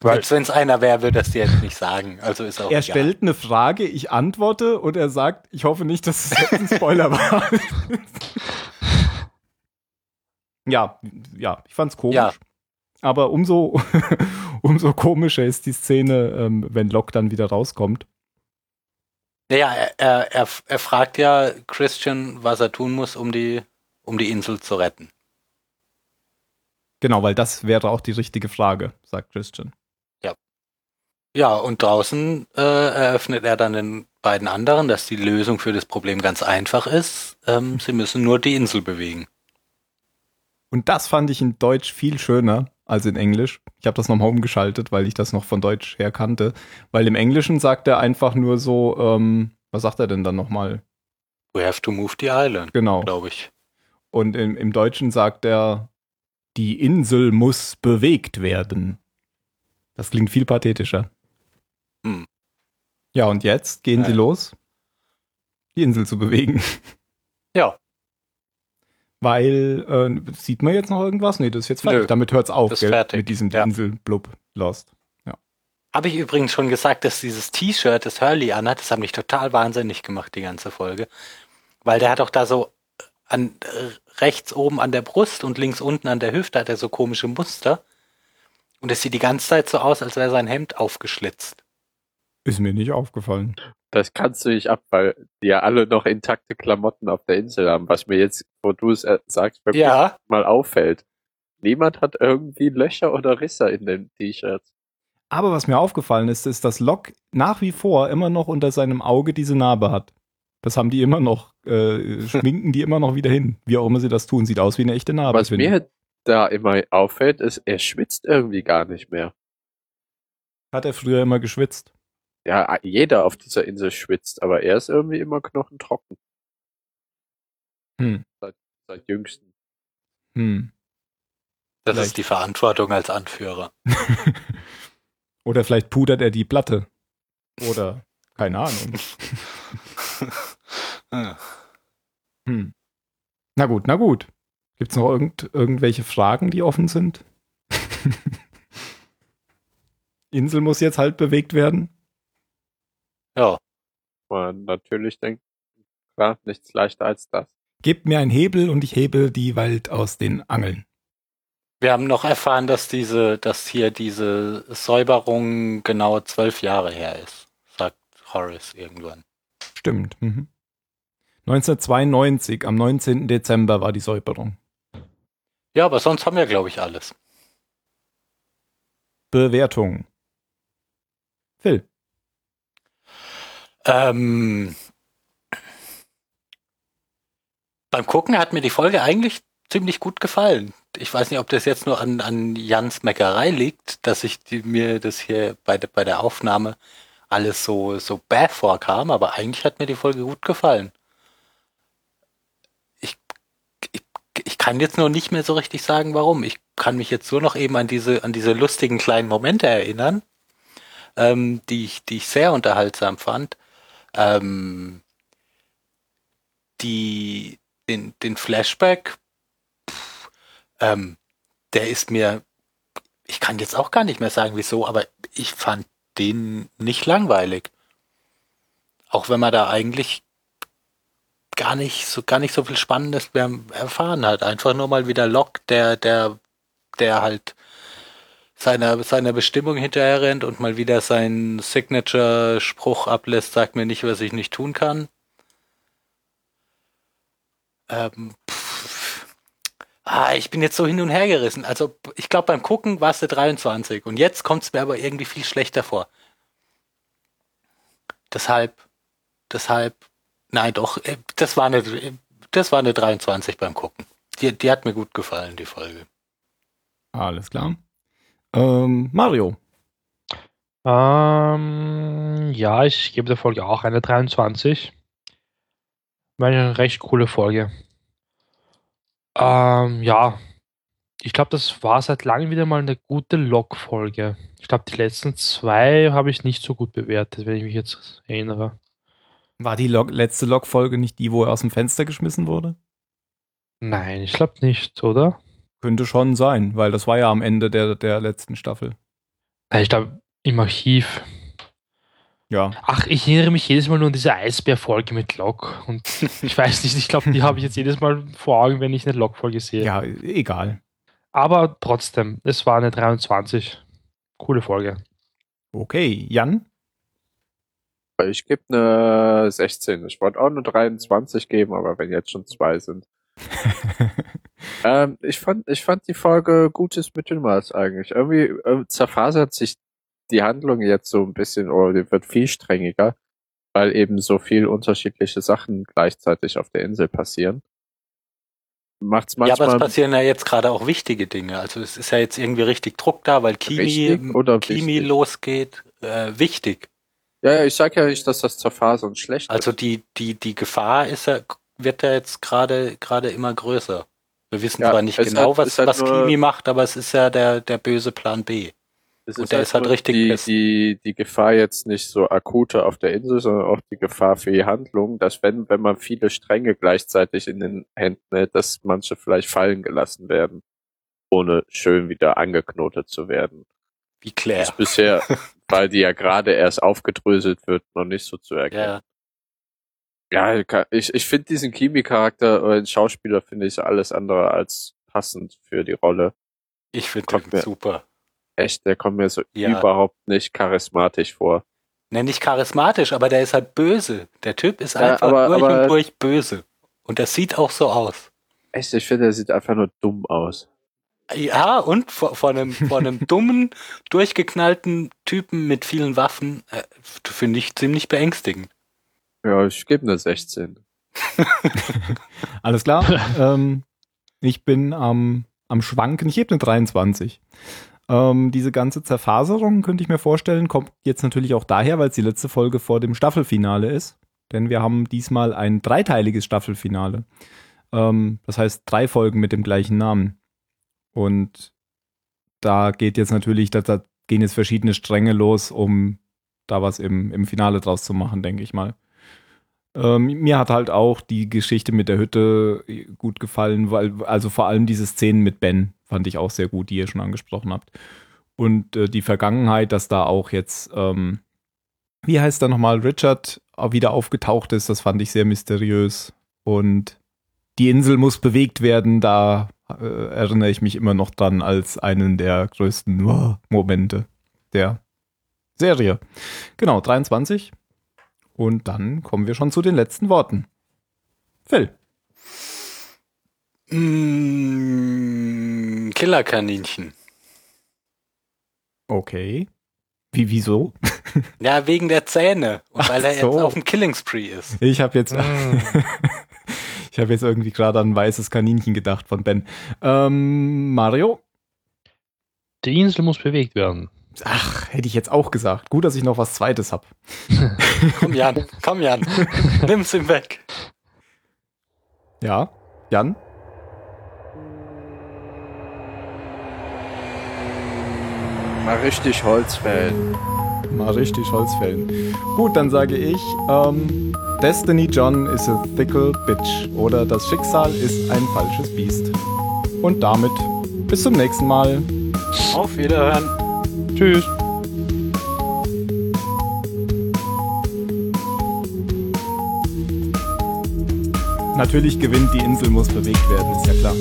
Speaker 4: Weil-
Speaker 3: Selbst wenn es einer wäre, würde das dir jetzt nicht sagen. Also ist auch
Speaker 1: er
Speaker 3: egal.
Speaker 1: stellt eine Frage, ich antworte und er sagt, ich hoffe nicht, dass es jetzt ein Spoiler war. <laughs> ja, ja, ich fand's komisch.
Speaker 3: Ja.
Speaker 1: Aber umso, <laughs> umso komischer ist die Szene, ähm, wenn Locke dann wieder rauskommt.
Speaker 3: Naja, er, er, er, er fragt ja Christian, was er tun muss, um die, um die Insel zu retten.
Speaker 1: Genau, weil das wäre auch die richtige Frage, sagt Christian.
Speaker 3: Ja, und draußen äh, eröffnet er dann den beiden anderen, dass die Lösung für das Problem ganz einfach ist. Ähm, sie müssen nur die Insel bewegen.
Speaker 1: Und das fand ich in Deutsch viel schöner als in Englisch. Ich habe das nochmal umgeschaltet, weil ich das noch von Deutsch her kannte. Weil im Englischen sagt er einfach nur so, ähm, was sagt er denn dann nochmal?
Speaker 3: We have to move the island,
Speaker 1: Genau.
Speaker 3: glaube ich.
Speaker 1: Und im, im Deutschen sagt er, die Insel muss bewegt werden. Das klingt viel pathetischer.
Speaker 3: Hm.
Speaker 1: Ja, und jetzt gehen sie
Speaker 3: Ja.
Speaker 1: los, die Insel zu bewegen.
Speaker 3: <laughs> Ja.
Speaker 1: Weil, äh, sieht man jetzt noch irgendwas? Nee, das ist jetzt fertig.
Speaker 3: Nö.
Speaker 1: Damit hört's auf,
Speaker 3: Das ist
Speaker 1: gell?
Speaker 3: fertig.
Speaker 1: Mit diesem die
Speaker 3: Ja.
Speaker 1: Insel, blub, lost.
Speaker 3: Habe ich übrigens schon gesagt, dass dieses T-Shirt, das Hurley anhat, das hat mich total wahnsinnig gemacht, die ganze Folge. Weil der hat auch da so an äh, rechts oben an der Brust und links unten an der Hüfte hat er so komische Muster. Und es sieht die ganze Zeit so aus, als wäre sein Hemd aufgeschlitzt.
Speaker 1: Ist mir nicht aufgefallen.
Speaker 5: Das kannst du nicht ab, weil die ja alle noch intakte Klamotten auf der Insel haben, was mir jetzt, wo du es äh, sagst, wirklich
Speaker 3: Ja,
Speaker 5: mal auffällt. Niemand hat irgendwie Löcher oder Risse in den T-Shirts.
Speaker 1: Aber was mir aufgefallen ist, ist, dass Locke nach wie vor immer noch unter seinem Auge diese Narbe hat. Das haben die immer noch,
Speaker 5: <laughs>
Speaker 1: äh, schminken die immer noch wieder hin. Wie auch immer sie das tun, sieht aus wie eine echte Narbe.
Speaker 5: was
Speaker 1: finde ich.
Speaker 5: mir da immer auffällt, ist, er schwitzt irgendwie gar nicht mehr.
Speaker 1: Hat er früher immer geschwitzt.
Speaker 5: Ja, jeder auf dieser Insel schwitzt, aber er ist irgendwie immer knochentrocken.
Speaker 1: Hm.
Speaker 5: Seit, seit jüngsten.
Speaker 1: Hm.
Speaker 3: das
Speaker 1: Vielleicht.
Speaker 3: ist die Verantwortung als Anführer.
Speaker 1: Oder vielleicht pudert er die Platte. Oder, keine Ahnung.
Speaker 3: <laughs> Ja.
Speaker 1: Hm. Na gut, na gut. Gibt's noch irgend, irgendwelche Fragen, die offen sind? <laughs> Insel muss jetzt halt bewegt werden.
Speaker 3: ja,
Speaker 5: Man natürlich denkt, klar, nichts leichter als das.
Speaker 1: Gebt mir einen Hebel und ich hebe die Wald aus den Angeln.
Speaker 3: wir haben noch erfahren, dass diese, dass hier diese Säuberung genau zwölf Jahre her ist, sagt Horace irgendwann.
Speaker 1: Stimmt. Mhm. 1992, am 19. Dezember war die Säuberung.
Speaker 3: Ja, aber sonst haben wir, glaube ich, alles.
Speaker 1: Bewertung. Phil,
Speaker 3: Ähm, beim Gucken hat mir die Folge eigentlich ziemlich gut gefallen. Ich weiß nicht, ob das jetzt nur an, an Jans Meckerei liegt, dass ich die, mir das hier bei, der- bei der Aufnahme alles so, so bäh vorkam, aber eigentlich hat mir die Folge gut gefallen. Ich, ich, ich kann jetzt nur nicht mehr so richtig sagen, warum. Ich kann mich jetzt nur noch eben an diese, an diese lustigen kleinen Momente erinnern, ähm, die, ich, die ich sehr unterhaltsam fand ähm, die, den, den Flashback, pff, ähm, der ist mir, ich kann jetzt auch gar nicht mehr sagen, wieso, aber ich fand den nicht langweilig. Auch wenn man da eigentlich gar nicht so, gar nicht so viel Spannendes mehr erfahren hat. Einfach nur mal wieder Locke, der, der, der halt seiner, seiner Bestimmung hinterher rennt und mal wieder seinen Signature-Spruch ablässt, sag mir nicht, was ich nicht tun kann. Ähm, pff. ah, ich bin jetzt so hin und her gerissen. Also ich glaube, beim Gucken warst du 23 und jetzt kommt es mir aber irgendwie viel schlechter vor. Deshalb, deshalb, nein doch, äh, das war eine, äh, das war eine 23 beim Gucken. Die, die hat mir gut gefallen, die Folge.
Speaker 1: alles klar. Ähm, Mario,
Speaker 4: Ähm, ja, ich gebe der Folge auch eine 23. War eine recht coole Folge. Ähm, ja, ich glaube, das war seit langem wieder mal eine gute Log-Folge. Ich glaube, die letzten zwei habe ich nicht so gut bewertet, wenn ich mich jetzt erinnere.
Speaker 1: War die Log letzte Log-Folge nicht die, wo er aus dem Fenster geschmissen wurde?
Speaker 4: Nein, ich glaube nicht, oder?
Speaker 1: Könnte schon sein, weil das war ja am Ende der, der letzten Staffel.
Speaker 4: Nein, Ich glaube, im Archiv.
Speaker 1: Ja.
Speaker 4: Ach, ich erinnere mich jedes Mal nur an diese Eisbär-Folge mit Log. Und ich weiß nicht, ich glaube, die habe ich jetzt jedes Mal vor Augen, wenn ich eine Log-Folge sehe.
Speaker 1: Ja, egal.
Speaker 4: Aber trotzdem, es war eine 23. Coole Folge.
Speaker 1: Okay, Jan?
Speaker 5: Weil Ich gebe eine 16. Ich wollte auch eine 23 geben, aber wenn jetzt schon zwei sind. Ähm, ich, fand, ich fand die Folge gutes Mittelmaß eigentlich. Irgendwie äh, zerfasert sich die Handlung jetzt so ein bisschen oder die wird viel strengiger, weil eben so viel unterschiedliche Sachen gleichzeitig auf der Insel passieren. Macht's
Speaker 3: Ja, aber
Speaker 5: manchmal
Speaker 3: es passieren ja jetzt gerade auch wichtige Dinge. Also es ist ja jetzt irgendwie richtig Druck da, weil Kimi,
Speaker 5: Richtig oder
Speaker 3: Kimi
Speaker 5: wichtig?
Speaker 3: losgeht. Äh, wichtig.
Speaker 5: Ja, ja, ich sag ja nicht, dass das Zerfasern schlecht
Speaker 3: Also die, die, die Gefahr ist ja, wird ja jetzt gerade gerade immer größer. Wir wissen
Speaker 5: Ja,
Speaker 3: zwar nicht
Speaker 5: es
Speaker 3: genau,
Speaker 5: hat-
Speaker 3: was,
Speaker 5: es hat
Speaker 3: was
Speaker 5: nur-
Speaker 3: Kimi macht, aber es ist ja der, der böse Plan B.
Speaker 5: ist. Es
Speaker 3: und der ist halt
Speaker 5: nur
Speaker 3: richtig
Speaker 5: die,
Speaker 3: pissed.
Speaker 5: die, die Gefahr jetzt nicht so akute auf der Insel, sondern auch die Gefahr für die Handlung, dass wenn, wenn man viele Stränge gleichzeitig in den Händen hält, dass manche vielleicht fallen gelassen werden, ohne schön wieder angeknotet zu werden.
Speaker 3: Wie
Speaker 5: Das
Speaker 3: Claire. <laughs>
Speaker 5: ist bisher, weil die ja gerade erst aufgedröselt wird, noch nicht so zu erkennen.
Speaker 3: Ja,
Speaker 5: Ja, ich, ich finde diesen Kimi-Charakter, äh, den Schauspieler finde ich alles andere als passend für die Rolle.
Speaker 3: ich finde
Speaker 5: Kommt mir-
Speaker 3: den super.
Speaker 5: Echt, der kommt mir so
Speaker 3: Ja.
Speaker 5: überhaupt nicht charismatisch vor.
Speaker 3: Ne, nicht charismatisch, aber der ist halt böse. Der Typ ist
Speaker 5: Ja,
Speaker 3: einfach
Speaker 5: aber-
Speaker 3: durch
Speaker 5: aber-
Speaker 3: und durch böse. Und das sieht auch so aus.
Speaker 5: Echt, ich finde, der sieht einfach nur dumm aus.
Speaker 3: Ja, und vor, vor, einem,
Speaker 1: <laughs>
Speaker 3: vor einem dummen, durchgeknallten Typen mit vielen Waffen äh, finde ich ziemlich beängstigend.
Speaker 5: Ja, ich gebe eine 16.
Speaker 1: Alles klar. ähm, ich bin am, am Schwanken. Ich heb eine 23. Ähm, diese ganze Zerfaserung, könnte ich mir vorstellen, kommt jetzt natürlich auch daher, weil es die letzte Folge vor dem Staffelfinale ist. Denn wir haben diesmal ein dreiteiliges Staffelfinale. Ähm, das heißt, drei Folgen mit dem gleichen Namen. Und da geht jetzt natürlich, da, da gehen jetzt verschiedene Stränge los, um da was im, im Finale draus zu machen, denke ich mal. Ähm, mir hat halt auch die Geschichte mit der Hütte äh, gut gefallen, weil, also vor allem diese Szenen mit Ben fand ich auch sehr gut, die ihr schon angesprochen habt. Und äh, die Vergangenheit, dass da auch jetzt, ähm, wie heißt er nochmal, Richard äh, wieder aufgetaucht ist, das fand ich sehr mysteriös. Und die Insel muss bewegt werden, da äh, erinnere ich mich immer noch dran als einen der größten "Wow" Momente der Serie. Genau, 23. Und dann kommen wir schon zu den letzten Worten. Phil.
Speaker 3: Mm, Killerkaninchen.
Speaker 1: Okay. Wie, wieso?
Speaker 3: Ja, wegen der Zähne. Und weil er
Speaker 1: Ach so.
Speaker 3: jetzt auf dem Killing Spree ist.
Speaker 1: Ich habe jetzt,
Speaker 4: Mm.
Speaker 1: <laughs> ich habe jetzt irgendwie gerade an ein weißes Kaninchen gedacht von Ben. Ähm, Mario?
Speaker 4: Die Insel muss bewegt werden.
Speaker 1: Ach, hätte ich jetzt auch gesagt. Gut, dass ich noch was Zweites habe.
Speaker 3: Komm, Jan, komm,
Speaker 1: <laughs>
Speaker 3: Jan. Nimm's ihm weg.
Speaker 1: Ja, Jan?
Speaker 5: Mal richtig Holzfällen.
Speaker 1: Mal richtig Holz fällen. Gut, dann sage ich, ähm, Destiny John is a fickle bitch. Oder das Schicksal ist ein falsches Biest. Und damit bis zum nächsten Mal.
Speaker 3: Auf Wiederhören.
Speaker 4: Tschüss.
Speaker 1: Natürlich gewinnt, die Insel muss bewegt werden, ist ja klar.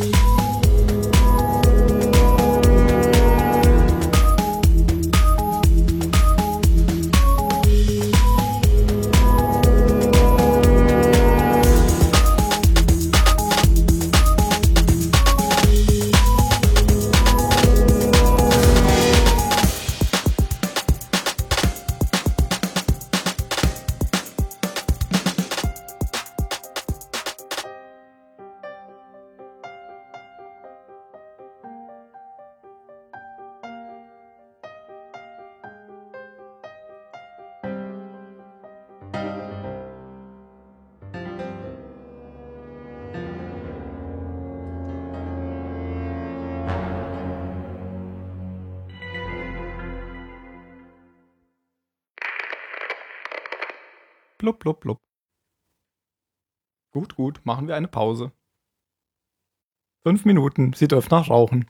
Speaker 1: blub, blub, blub. Gut, gut, machen wir eine Pause. Fünf Minuten, sie dürfen noch rauchen.